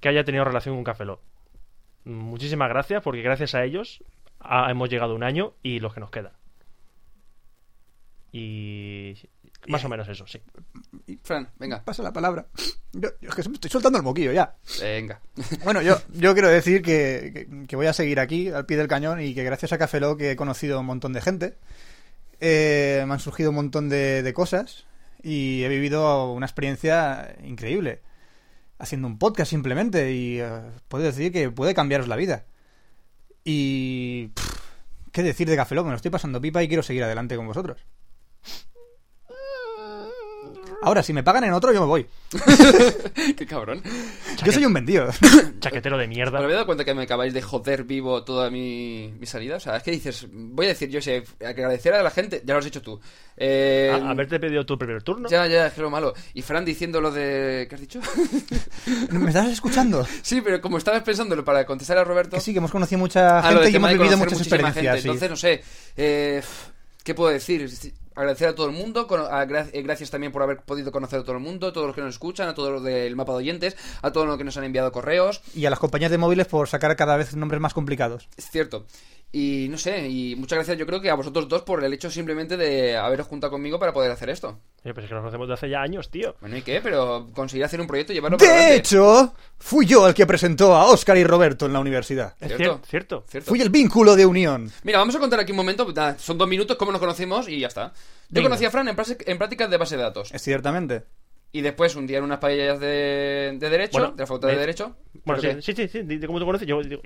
que haya tenido relación con Café Lock. Muchísimas gracias, porque gracias a ellos ah, hemos llegado a un año y los que nos quedan. Y más o menos eso, sí.
Fran, venga.
Pasa la palabra. Yo, yo es que me estoy soltando el moquillo ya.
Venga.
Bueno, yo, yo quiero decir que, que- que voy a seguir aquí, al pie del cañón, y que gracias a Café Lock he conocido un montón de gente. Eh, me han surgido un montón de, de cosas y he vivido una experiencia increíble. Haciendo un podcast simplemente y eh, puedo decir que puede cambiaros la vida. Y... pff, ¿Qué decir de Café Lock? Me lo estoy pasando pipa y quiero seguir adelante con vosotros. Ahora, si me pagan en otro, yo me voy.
Qué cabrón.
Yo soy un vendido.
Chaquetero de mierda.
¿Os habéis dado cuenta que me acabáis de joder vivo toda mi, mi salida? O sea, es que dices, voy a decir, yo sé, agradecer a la gente, ya lo has hecho tú. Eh,
A- Ah, haberte pedido tu primer turno.
Ya, ya, es que lo malo. Y Fran diciendo lo de... ¿Qué has dicho?
¿Me estás escuchando?
sí, pero como estabas pensándolo para contestar a Roberto...
Que sí, que hemos conocido mucha
Ah, lo
gente
del
y
tema
hemos
de
vivido
conocer
muchas
muchísima
experiencias. sí.
gente. Entonces, no sé, eh, ¿qué puedo decir? Agradecer a todo el mundo, cono- a gra- eh, gracias también por haber podido conocer a todo el mundo, a todos los que nos escuchan, a todos los del mapa de oyentes, a todos los que nos han enviado correos,
Y a las compañías de móviles por sacar cada vez nombres más complicados.
es cierto. Y no sé, y muchas gracias yo creo que a vosotros dos por el hecho simplemente de haberos juntado conmigo para poder hacer esto.
Oye, pues es que nos conocemos de hace ya años, tío.
Bueno, ¿y qué? Pero conseguir hacer un proyecto y llevarlo para
De
adelante.
hecho, fui yo el que presentó a Óscar y Roberto en la universidad.
Cierto,
cierto.
Fui el vínculo de unión.
Mira, vamos a contar aquí un momento, nada, son dos minutos, cómo nos conocimos y ya está. Yo
Venga.
conocí a Fran en, prase- en prácticas de base de datos.
Ciertamente.
Y después un día en unas paellas de, de Derecho,
Bueno,
de la Facultad de
me-
Derecho.
Bueno,
Creo
sí, sí, sí, sí, di- di- como tú conoces, yo digo,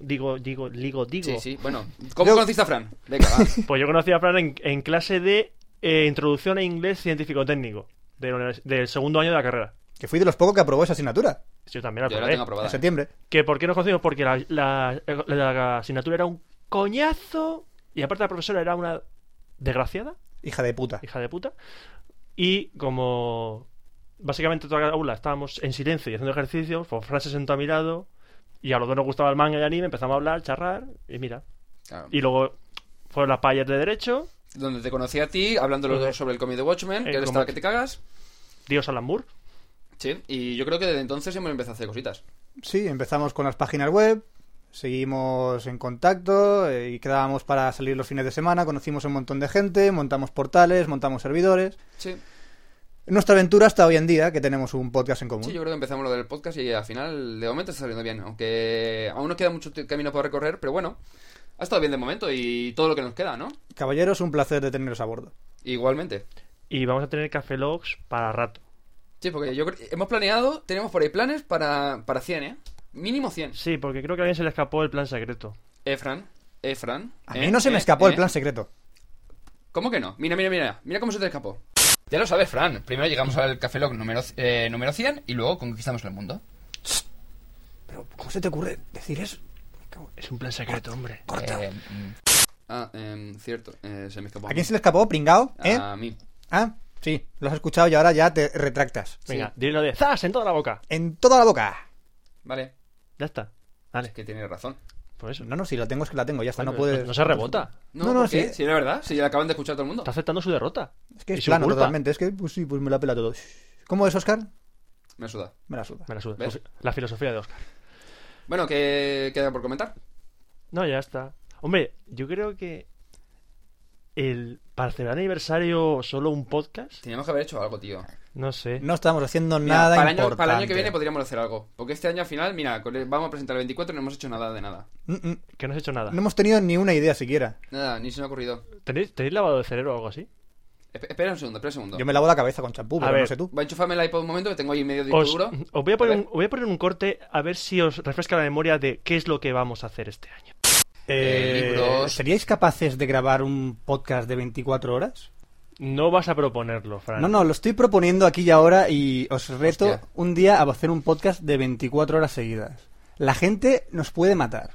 digo, digo, digo, digo.
Sí, sí, bueno. ¿Cómo conociste a Fran? Venga, va.
Pues yo conocí a Fran en, en clase de eh, Introducción a Inglés Científico-Técnico de la univers- del segundo año de la carrera.
Que fui de los pocos que aprobó esa asignatura.
Yo también la
Yo la
aprobé.
tengo aprobada, En eh. septiembre.
¿Que ¿Por qué nos conocimos? Porque la, la- la- la asignatura era un coñazo y aparte la profesora era una desgraciada,
Hija de puta.
hija de puta. Y como básicamente toda la aula estábamos en silencio y haciendo ejercicios, pues Fran se sentó a mi lado y a los dos nos gustaba el manga y el anime, empezamos a hablar, charrar y mira.
Claro.
Y luego fueron las payas de derecho.
Donde te conocí a ti, hablando los
Donde-
dos sobre el cómic de Watchmen,
El
que él estaba
cómic.
que te cagas.
Dios al amor.
Sí, y yo creo que desde entonces hemos empezado a hacer cositas.
Sí, empezamos con las páginas web, seguimos en contacto eh, y quedábamos para salir los fines de semana, conocimos a un montón de gente, montamos portales, montamos servidores.
Sí.
Nuestra aventura hasta hoy en día, que tenemos un podcast en común.
Sí, yo creo que empezamos lo del podcast y al final, de momento, está saliendo bien. Aunque aún nos queda mucho t- camino por recorrer, pero bueno, ha estado bien de momento y todo lo que nos queda, ¿no?
Caballeros, un placer de teneros a bordo.
Igualmente.
Y vamos a tener Café Logs para rato.
Sí, porque yo creo- hemos planeado, tenemos por ahí planes para, para 100, ¿eh? Mínimo 100.
Sí, porque creo que a alguien se le escapó el plan secreto.
Efran, Efran. ¿eh?
A mí no se me escapó el plan secreto.
¿Cómo que no? Mira, mira, mira. Mira cómo se te escapó. Ya lo sabes, Fran. Primero llegamos al Café Lock número, eh, número 100 y luego conquistamos el mundo.
¿Cómo se te ocurre decir eso?
Es un plan secreto, hombre.
Eh, mm. ah, em, cierto. eh, se me escapó.
¿A quién se le escapó, pringao? ¿Eh?
A mí.
Ah, sí, lo has escuchado y ahora ya te retractas.
Venga,
Sí.
dile lo de ¡Zas! en toda la boca.
En toda la boca.
Vale.
Ya está. Vale.
que tienes razón.
Por eso.
No, no, si lo tengo es que la tengo, ya está,
Bueno,
no
pero
puedes...
no se rebota.
No,
No, no,
¿por qué?
sí.
Sí, la verdad. Sí, la acaban de escuchar todo el mundo.
Está aceptando su derrota.
Es que
Y
es
su
plano
culpa.
totalmente, es que pues sí, pues me la pela todo. ¿Cómo es, Oscar?
Me suda.
Me la suda.
Me la suda. Pues,
¿Ves?
La filosofía de Oscar.
Bueno, ¿qué queda por comentar?
No, ya está. Hombre, yo creo que el para celebrar el aniversario solo un podcast,
Teníamos que haber hecho algo, tío.
no sé.
No estamos haciendo
Mira,
nada
para, el año,
importante.
para el año que viene pues- podríamos hacer algo. Porque este año al final, mira, con el- vamos a presentar el 24 y no hemos hecho nada de nada.
Mm, mm.
Que no has hecho nada.
No hemos tenido ni una idea siquiera.
Nada, ni se me ha ocurrido.
¿Tenéis, tenéis lavado de cerebro o algo así?
Espe- espera un segundo, espera un segundo.
Yo me lavo la cabeza con champú, pero
ver.
no sé tú.
Va a enchufarme el iPod un momento que tengo ahí medio disco
Os,
duro.
os voy a poner
A
un, os voy a poner un corte a ver si os refresca la memoria de qué es lo que vamos a hacer este año.
Eh,
libros.
¿Seríais capaces de grabar un podcast de 24 horas?
No vas a proponerlo, Fran.
No, no, lo estoy proponiendo aquí y ahora y os reto
Hostia.
un día a hacer un podcast de 24 horas seguidas. La gente nos puede matar.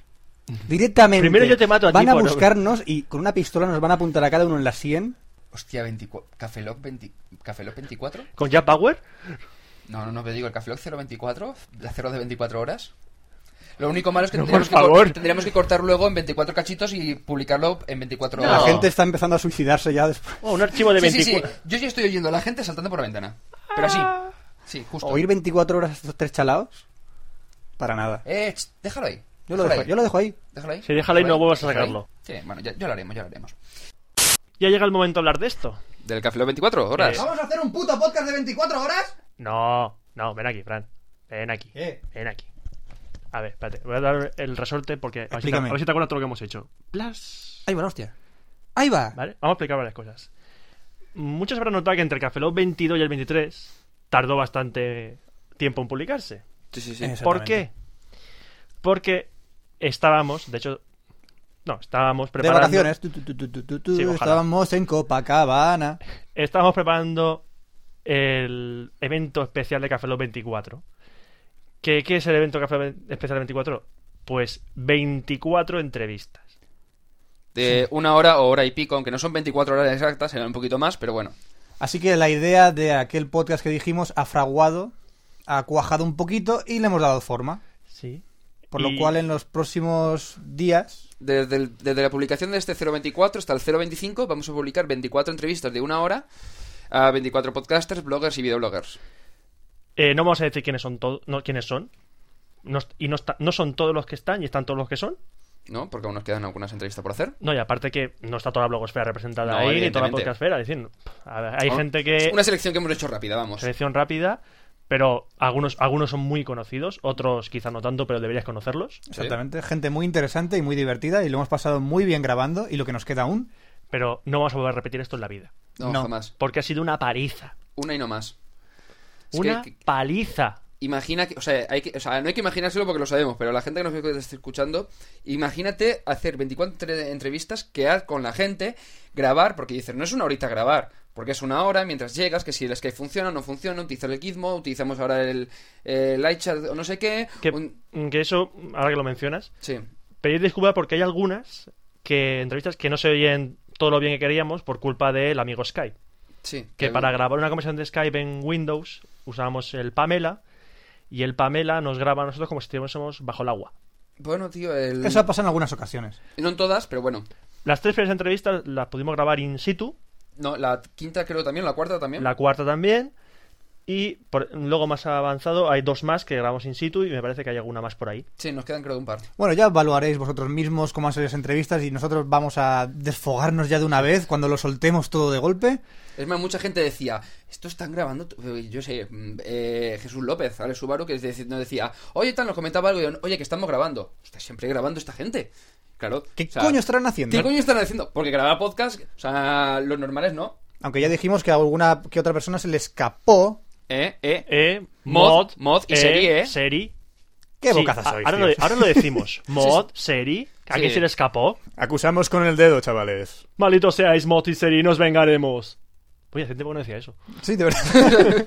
Directamente.
Primero yo te mato a ti
Van a
por-
buscarnos y con una pistola nos van a apuntar a cada uno en la sien.
Hostia, 24. ¿Café Lock, 20 Café Lock 24?
¿Con Jack Power?
No, no, no, te digo, el Café Lock 024, la 0 de 24 horas. Lo único malo es que,
No,
tendríamos,
por
que cor-
favor.
tendríamos que cortar luego en 24 cachitos y publicarlo en 24
La
horas.
gente está empezando a suicidarse ya después.
Oh, un archivo de
Sí, sí, sí.
24.
Yo ya estoy oyendo a la gente saltando por la ventana. Pero así. Sí, justo.
¿Oír 24 horas a estos tres chalados? Para nada.
Eh, ch, déjalo ahí.
Yo lo, dejo,
ahí.
yo lo dejo ahí.
Déjalo ahí.
Sí, déjalo ahí, no vuelvas a
déjalo
sacarlo.
ahí. Sí, bueno, ya, ya lo haremos, ya lo haremos.
Ya llega el momento de hablar de esto.
¿Del Café Lock 24 horas?
Eh,
¿Vamos a hacer un puto podcast de 24 horas?
No, no, ven aquí, Fran. Ven aquí.
Eh,
¿Qué?
Ven aquí. A ver, espérate, voy a dar el resorte porque a ver, si te,
Explícame.
a ver si te acuerdas todo lo que hemos hecho. Plas.
Ahí va, la hostia. Ahí va.
¿Vale? Vamos a explicar varias cosas. Muchos habrán notado que entre el Café Lock 22 y el 23 tardó bastante tiempo en publicarse.
Sí, sí, sí.
Exactamente.
¿Por qué? Porque estábamos, de hecho, no, estábamos
De
preparando.
vacaciones. Tu, tu, tu, tu, tu, tu,
Sí, ojalá.
estábamos en Copacabana.
Estábamos preparando el evento especial de Café Lock 24. ¿Qué, qué es el evento Café Lock especial 24? Pues 24 entrevistas.
De una hora o hora y pico, aunque no son 24 horas exactas, será un poquito más, pero bueno.
Así que la idea de aquel podcast que dijimos ha fraguado, ha cuajado un poquito y le hemos dado forma.
Sí.
Por
Y-
lo cual en los próximos días,
Desde, el- desde la publicación de este 024 hasta el 025 vamos a publicar 24 entrevistas de una hora a 24 podcasters, bloggers y videobloggers.
Eh, no vamos a decir quiénes son todos, no, quiénes son. No est- y no, está- no son todos los que están y están todos los que son.
¿No? Porque aún nos quedan algunas entrevistas por hacer.
No, y aparte que no está toda la blogosfera representada
No,
ahí ni toda la
evidentemente.
podcastfera. Es decir, pff, a ver, hay
Aún-
gente que.
Una selección que hemos hecho rápida, vamos.
Selección rápida, pero algunos, algunos son muy conocidos, otros quizá no tanto, pero deberías conocerlos.
exactamente, gente muy interesante y muy divertida y lo hemos pasado muy bien grabando y lo que nos queda aún,
Pero no vamos a volver a repetir esto en la vida.
No,
No.
jamás.
Porque ha sido una paliza.
Una y no más. Es
una
que- que-
paliza.
Imagina que, o sea, hay que, o sea, no hay que imaginárselo porque lo sabemos, pero la gente que nos está escuchando, imagínate hacer 24 entre- entrevistas, quedar con la gente, grabar, porque dices, no es una horita grabar, porque es una hora mientras llegas, que si el Skype funciona o no funciona, utilizar el Gizmo, utilizamos ahora el, el iChat o no sé qué.
Que, mm,
un-
que eso, ahora que lo mencionas,
Sí,
pedir disculpas porque hay algunas que entrevistas que no se oyen todo lo bien que queríamos por culpa del amigo Skype.
Sí,
que
el-
para grabar una conversación de Skype en Windows usábamos el Pamela y el Pamela nos graba a nosotros como si estuviésemos bajo el agua.
Bueno, tío, el...
Eso ha pasado en algunas ocasiones.
No en todas, pero bueno.
Las tres primeras entrevistas las pudimos grabar in situ,
No, la quinta creo también, la cuarta también.
la cuarta también y por- luego más avanzado hay dos más que grabamos in situ y me parece que hay alguna más por ahí.
Sí, nos quedan creo de un par.
Bueno, ya evaluaréis vosotros mismos cómo han sido las entrevistas y nosotros vamos a desfogarnos ya de una vez cuando lo soltemos todo de golpe.
Es más, mucha gente decía, esto están grabando, t- eh, yo sé, mm, eh, Jesús López, Alex Subaru, que dec- nos decía, oye, tan, nos comentaba algo, y yo, oye, que estamos grabando. Está siempre grabando esta gente. Claro. ¿Qué
coño estarán haciendo?
¿Qué coño estarán haciendo? Porque grabar podcast, o sea, los normales no.
Aunque ya dijimos que a alguna que otra persona se le escapó.
Eh, eh,
eh,
mod, mod y
eh,
serie, eh.
Seri.
Qué
Sí,
bocaza
a-
sois,
ahora, lo,
tío.
ahora lo decimos. Mod,
Sí,
Seri. ¿A
Sí.
quién se le escapó?
Acusamos con el dedo, chavales.
Malditos seáis, Mod y Seri, nos vengaremos. Oye, hace tiempo que no decía eso.
Sí, de verdad.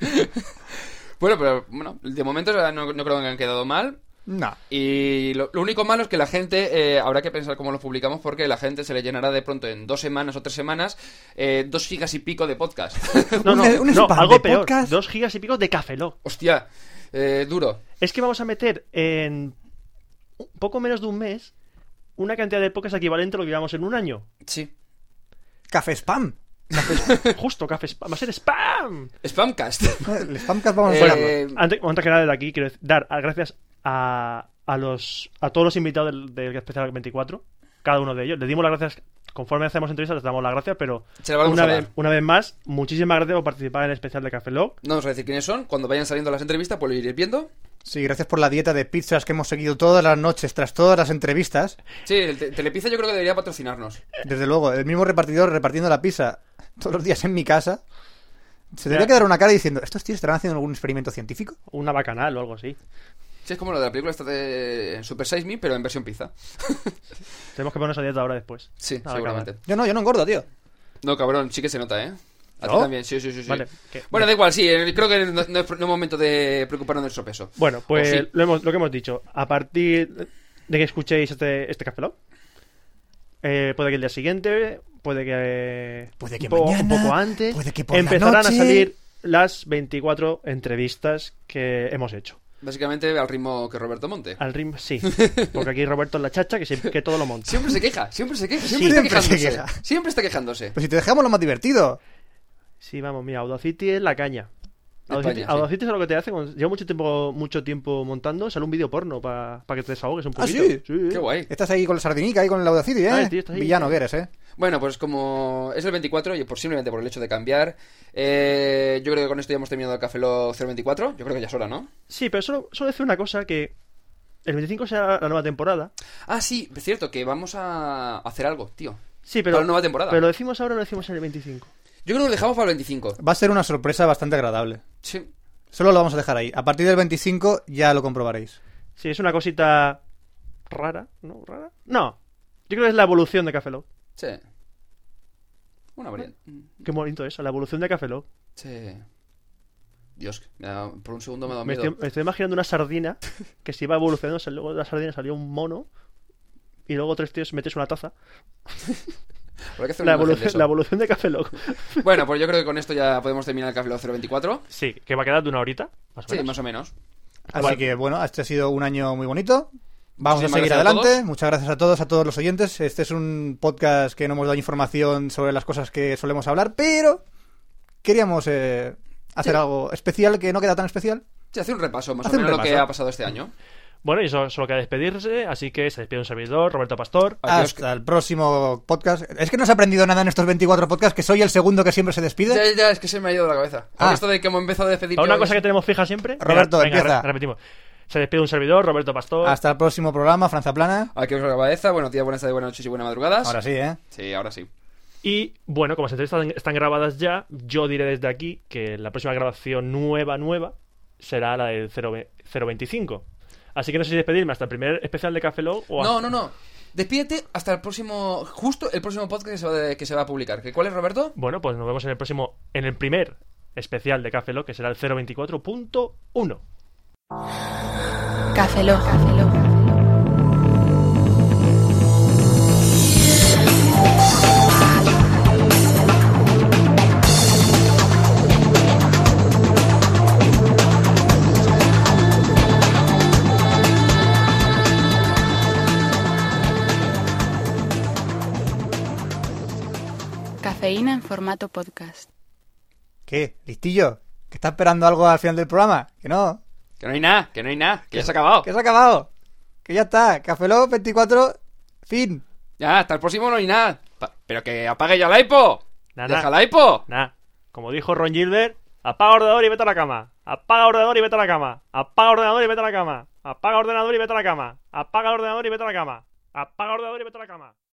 Bueno, pero bueno, de momento no, no creo que han quedado mal.
No.
Y lo, lo único malo es que la gente eh, habrá que pensar cómo lo publicamos porque la gente se le llenará de pronto en dos semanas o tres semanas eh, dos gigas y pico de podcast.
No, no, no, algo peor. Dos gigas y pico de cafeló.
Hostia, eh, duro.
Es que vamos a meter en un poco menos de un mes una cantidad de podcasts equivalente a lo que llevamos en un año.
Sí.
Café spam.
Justo, café spam. Va a ser spam.
Spamcast.
Eh,
Eh,
El spamcast vamos a
Bueno,
hacerlo.
antes, antes que nada, de aquí quiero dec- dar a- gracias a, a los, a todos los invitados del, del especial 24, cada uno de ellos. Les dimos las gracias, conforme hacemos entrevistas, les damos las gracias, pero
Se las vamos
una,
a dar.
vez, una vez más, muchísimas gracias por participar en el especial de Café Lock.
No vamos a decir quiénes son. Cuando vayan saliendo las entrevistas, pues lo iréis viendo.
Sí, gracias por la dieta de pizzas que hemos seguido todas las noches tras todas las entrevistas.
Sí, el te- Telepizza yo creo que debería patrocinarnos.
Desde luego, el mismo repartidor repartiendo la pizza todos los días en mi casa. Se debería quedar una cara diciendo, ¿estos tíos estarán haciendo algún experimento científico?
Una bacanal o algo así.
Sí, es como lo de la película esta de Super Size Me, pero en versión pizza.
Tenemos que ponernos a dieta ahora después.
Sí,
Nada,
seguramente.
Yo no, yo no engordo, tío.
No, cabrón, sí que se nota, ¿eh? A ti
¿No?
también, sí, sí, sí. sí.
Vale, que-
Bueno, da igual, sí, eh, creo que no, no es, no es momento de preocuparnos de nuestro peso.
Bueno, pues
O sí.
lo, hemos- lo que hemos dicho, a partir de que escuchéis este, este Café Lock, eh, puede que el día siguiente, puede que, eh,
puede que
un, poco,
mañana,
un poco antes,
puede que por la
empezarán
noche.
a salir las 24 entrevistas que hemos hecho.
Básicamente al ritmo que Roberto Monte.
Al ritmo, sí, porque aquí Roberto es la chacha que, siempre- que todo lo monta.
Siempre se queja, siempre se queja,
Sí,
siempre está
siempre se
quejándose.
queja.
Siempre está quejándose.
Pues si te dejamos lo más divertido.
Sí, vamos, mira, Audacity es la caña.
De
Audacity,
España, sí.
Audacity es lo que te hace. cuando Llevo mucho tiempo, mucho tiempo montando. Sale un vídeo porno para que te desahogues un
¿Ah,
poquito.
sí?
Qué
guay.
Estás ahí con la sardinica, ahí con el Audacity, ¿eh?
Ah, el tío está ahí.
Villano que eres, ¿eh?
Bueno, pues como es el 24, y por simplemente por el hecho de cambiar, eh, yo creo que con esto ya hemos terminado el Café Lock 024. Yo creo que ya es hora, ¿no?
Sí, pero solo, solo decir una cosa que el 25 será la nueva temporada.
Ah, sí, es cierto que vamos a hacer algo, tío.
Sí, pero
Para la nueva temporada.
Pero lo decimos ahora, o lo decimos en el 25.
Yo creo que lo dejamos para el 25.
Va a ser una sorpresa bastante agradable.
Sí.
Solo lo vamos a dejar ahí. A partir del 25 ya lo comprobaréis.
Sí, es una cosita rara, ¿no? Rara. No. Yo creo que es la evolución de Café Lock.
Sí. Una variante.
Qué bonito eso, la evolución de Café Lock.
Sí. Dios, me da- por un segundo me ha dado
Me
Ah, miedo.
estoy, me estoy imaginando una sardina que se iba evolucionando, sal- luego de la sardina salió un mono y luego tres tíos metes una taza.
Habrá que hacer una imagen
La
de
evolución,
eso.
la evolución de Café Lock.
Bueno, pues yo creo que con esto ya podemos terminar el Café Lock 024.
Sí, que va a quedar de una horita, más o
Sí,
menos.
más o menos.
Así
Bueno.
que bueno, este ha sido un año muy bonito.
Muchísimas
Vamos a seguir
gracias a
adelante.
todos.
Muchas gracias a todos, a todos los oyentes. Este es un podcast que no hemos dado información sobre las cosas que solemos hablar, pero queríamos eh, hacer
Sí.
algo especial que no queda tan especial.
Sí, hace un repaso más
Hace
o
un
menos lo que
repaso.
ha pasado este año.
Bueno, y eso solo queda despedirse, así que se despide un servidor, Roberto Pastor.
Hasta el próximo podcast. Es que no se ha aprendido nada en estos 24 podcasts, que soy el segundo que siempre se despide.
Ya, ya, es que se me ha ido de la cabeza. Con
Ah.
esto de que hemos empezado a despedir.
A una
yo-
cosa que tenemos fija siempre.
Roberto,
Venga,
empieza.
re- repetimos. Se despide un servidor, Roberto Pastor.
Hasta el próximo programa, Franza Plana.
Aquí os la cabeza. Buenos días, buenas tardes, buenas noches y buenas madrugadas.
Ahora sí, ¿eh?
Sí, ahora sí.
Y bueno, como las entrevistas están- están grabadas ya, yo diré desde aquí que la próxima grabación nueva, nueva, será la del 0 025. Así que no sé si despedirme hasta el primer especial de Café Lock o
No,
hasta-
no, no. Despídete hasta el próximo. Justo el próximo podcast que se va, de- que se va a publicar. ¿Que ¿Cuál es, Roberto?
Bueno, pues nos vemos en el próximo, en el primer especial de Café Lock, que será el 024.1.
Café Lock.
formato podcast.
¿Qué? ¿Listillo? ¿Que está esperando algo al final del programa? Que no.
Que no hay nada, que no hay nada, que ya se ha acabado.
Que se ha acabado. Que ya está. Café Lock 24, fin.
Ya, hasta el próximo no hay nada. Pa- pero que apague ya la iPo.
Nada.
Deja la iPo.
Nah. Como dijo Ron Gilbert, apaga ordenador y vete a la cama. Apaga ordenador y vete a la cama. Apaga ordenador y vete a la cama. Apaga ordenador y vete a la cama. Apaga ordenador y vete a la cama. Apaga ordenador y vete a la cama.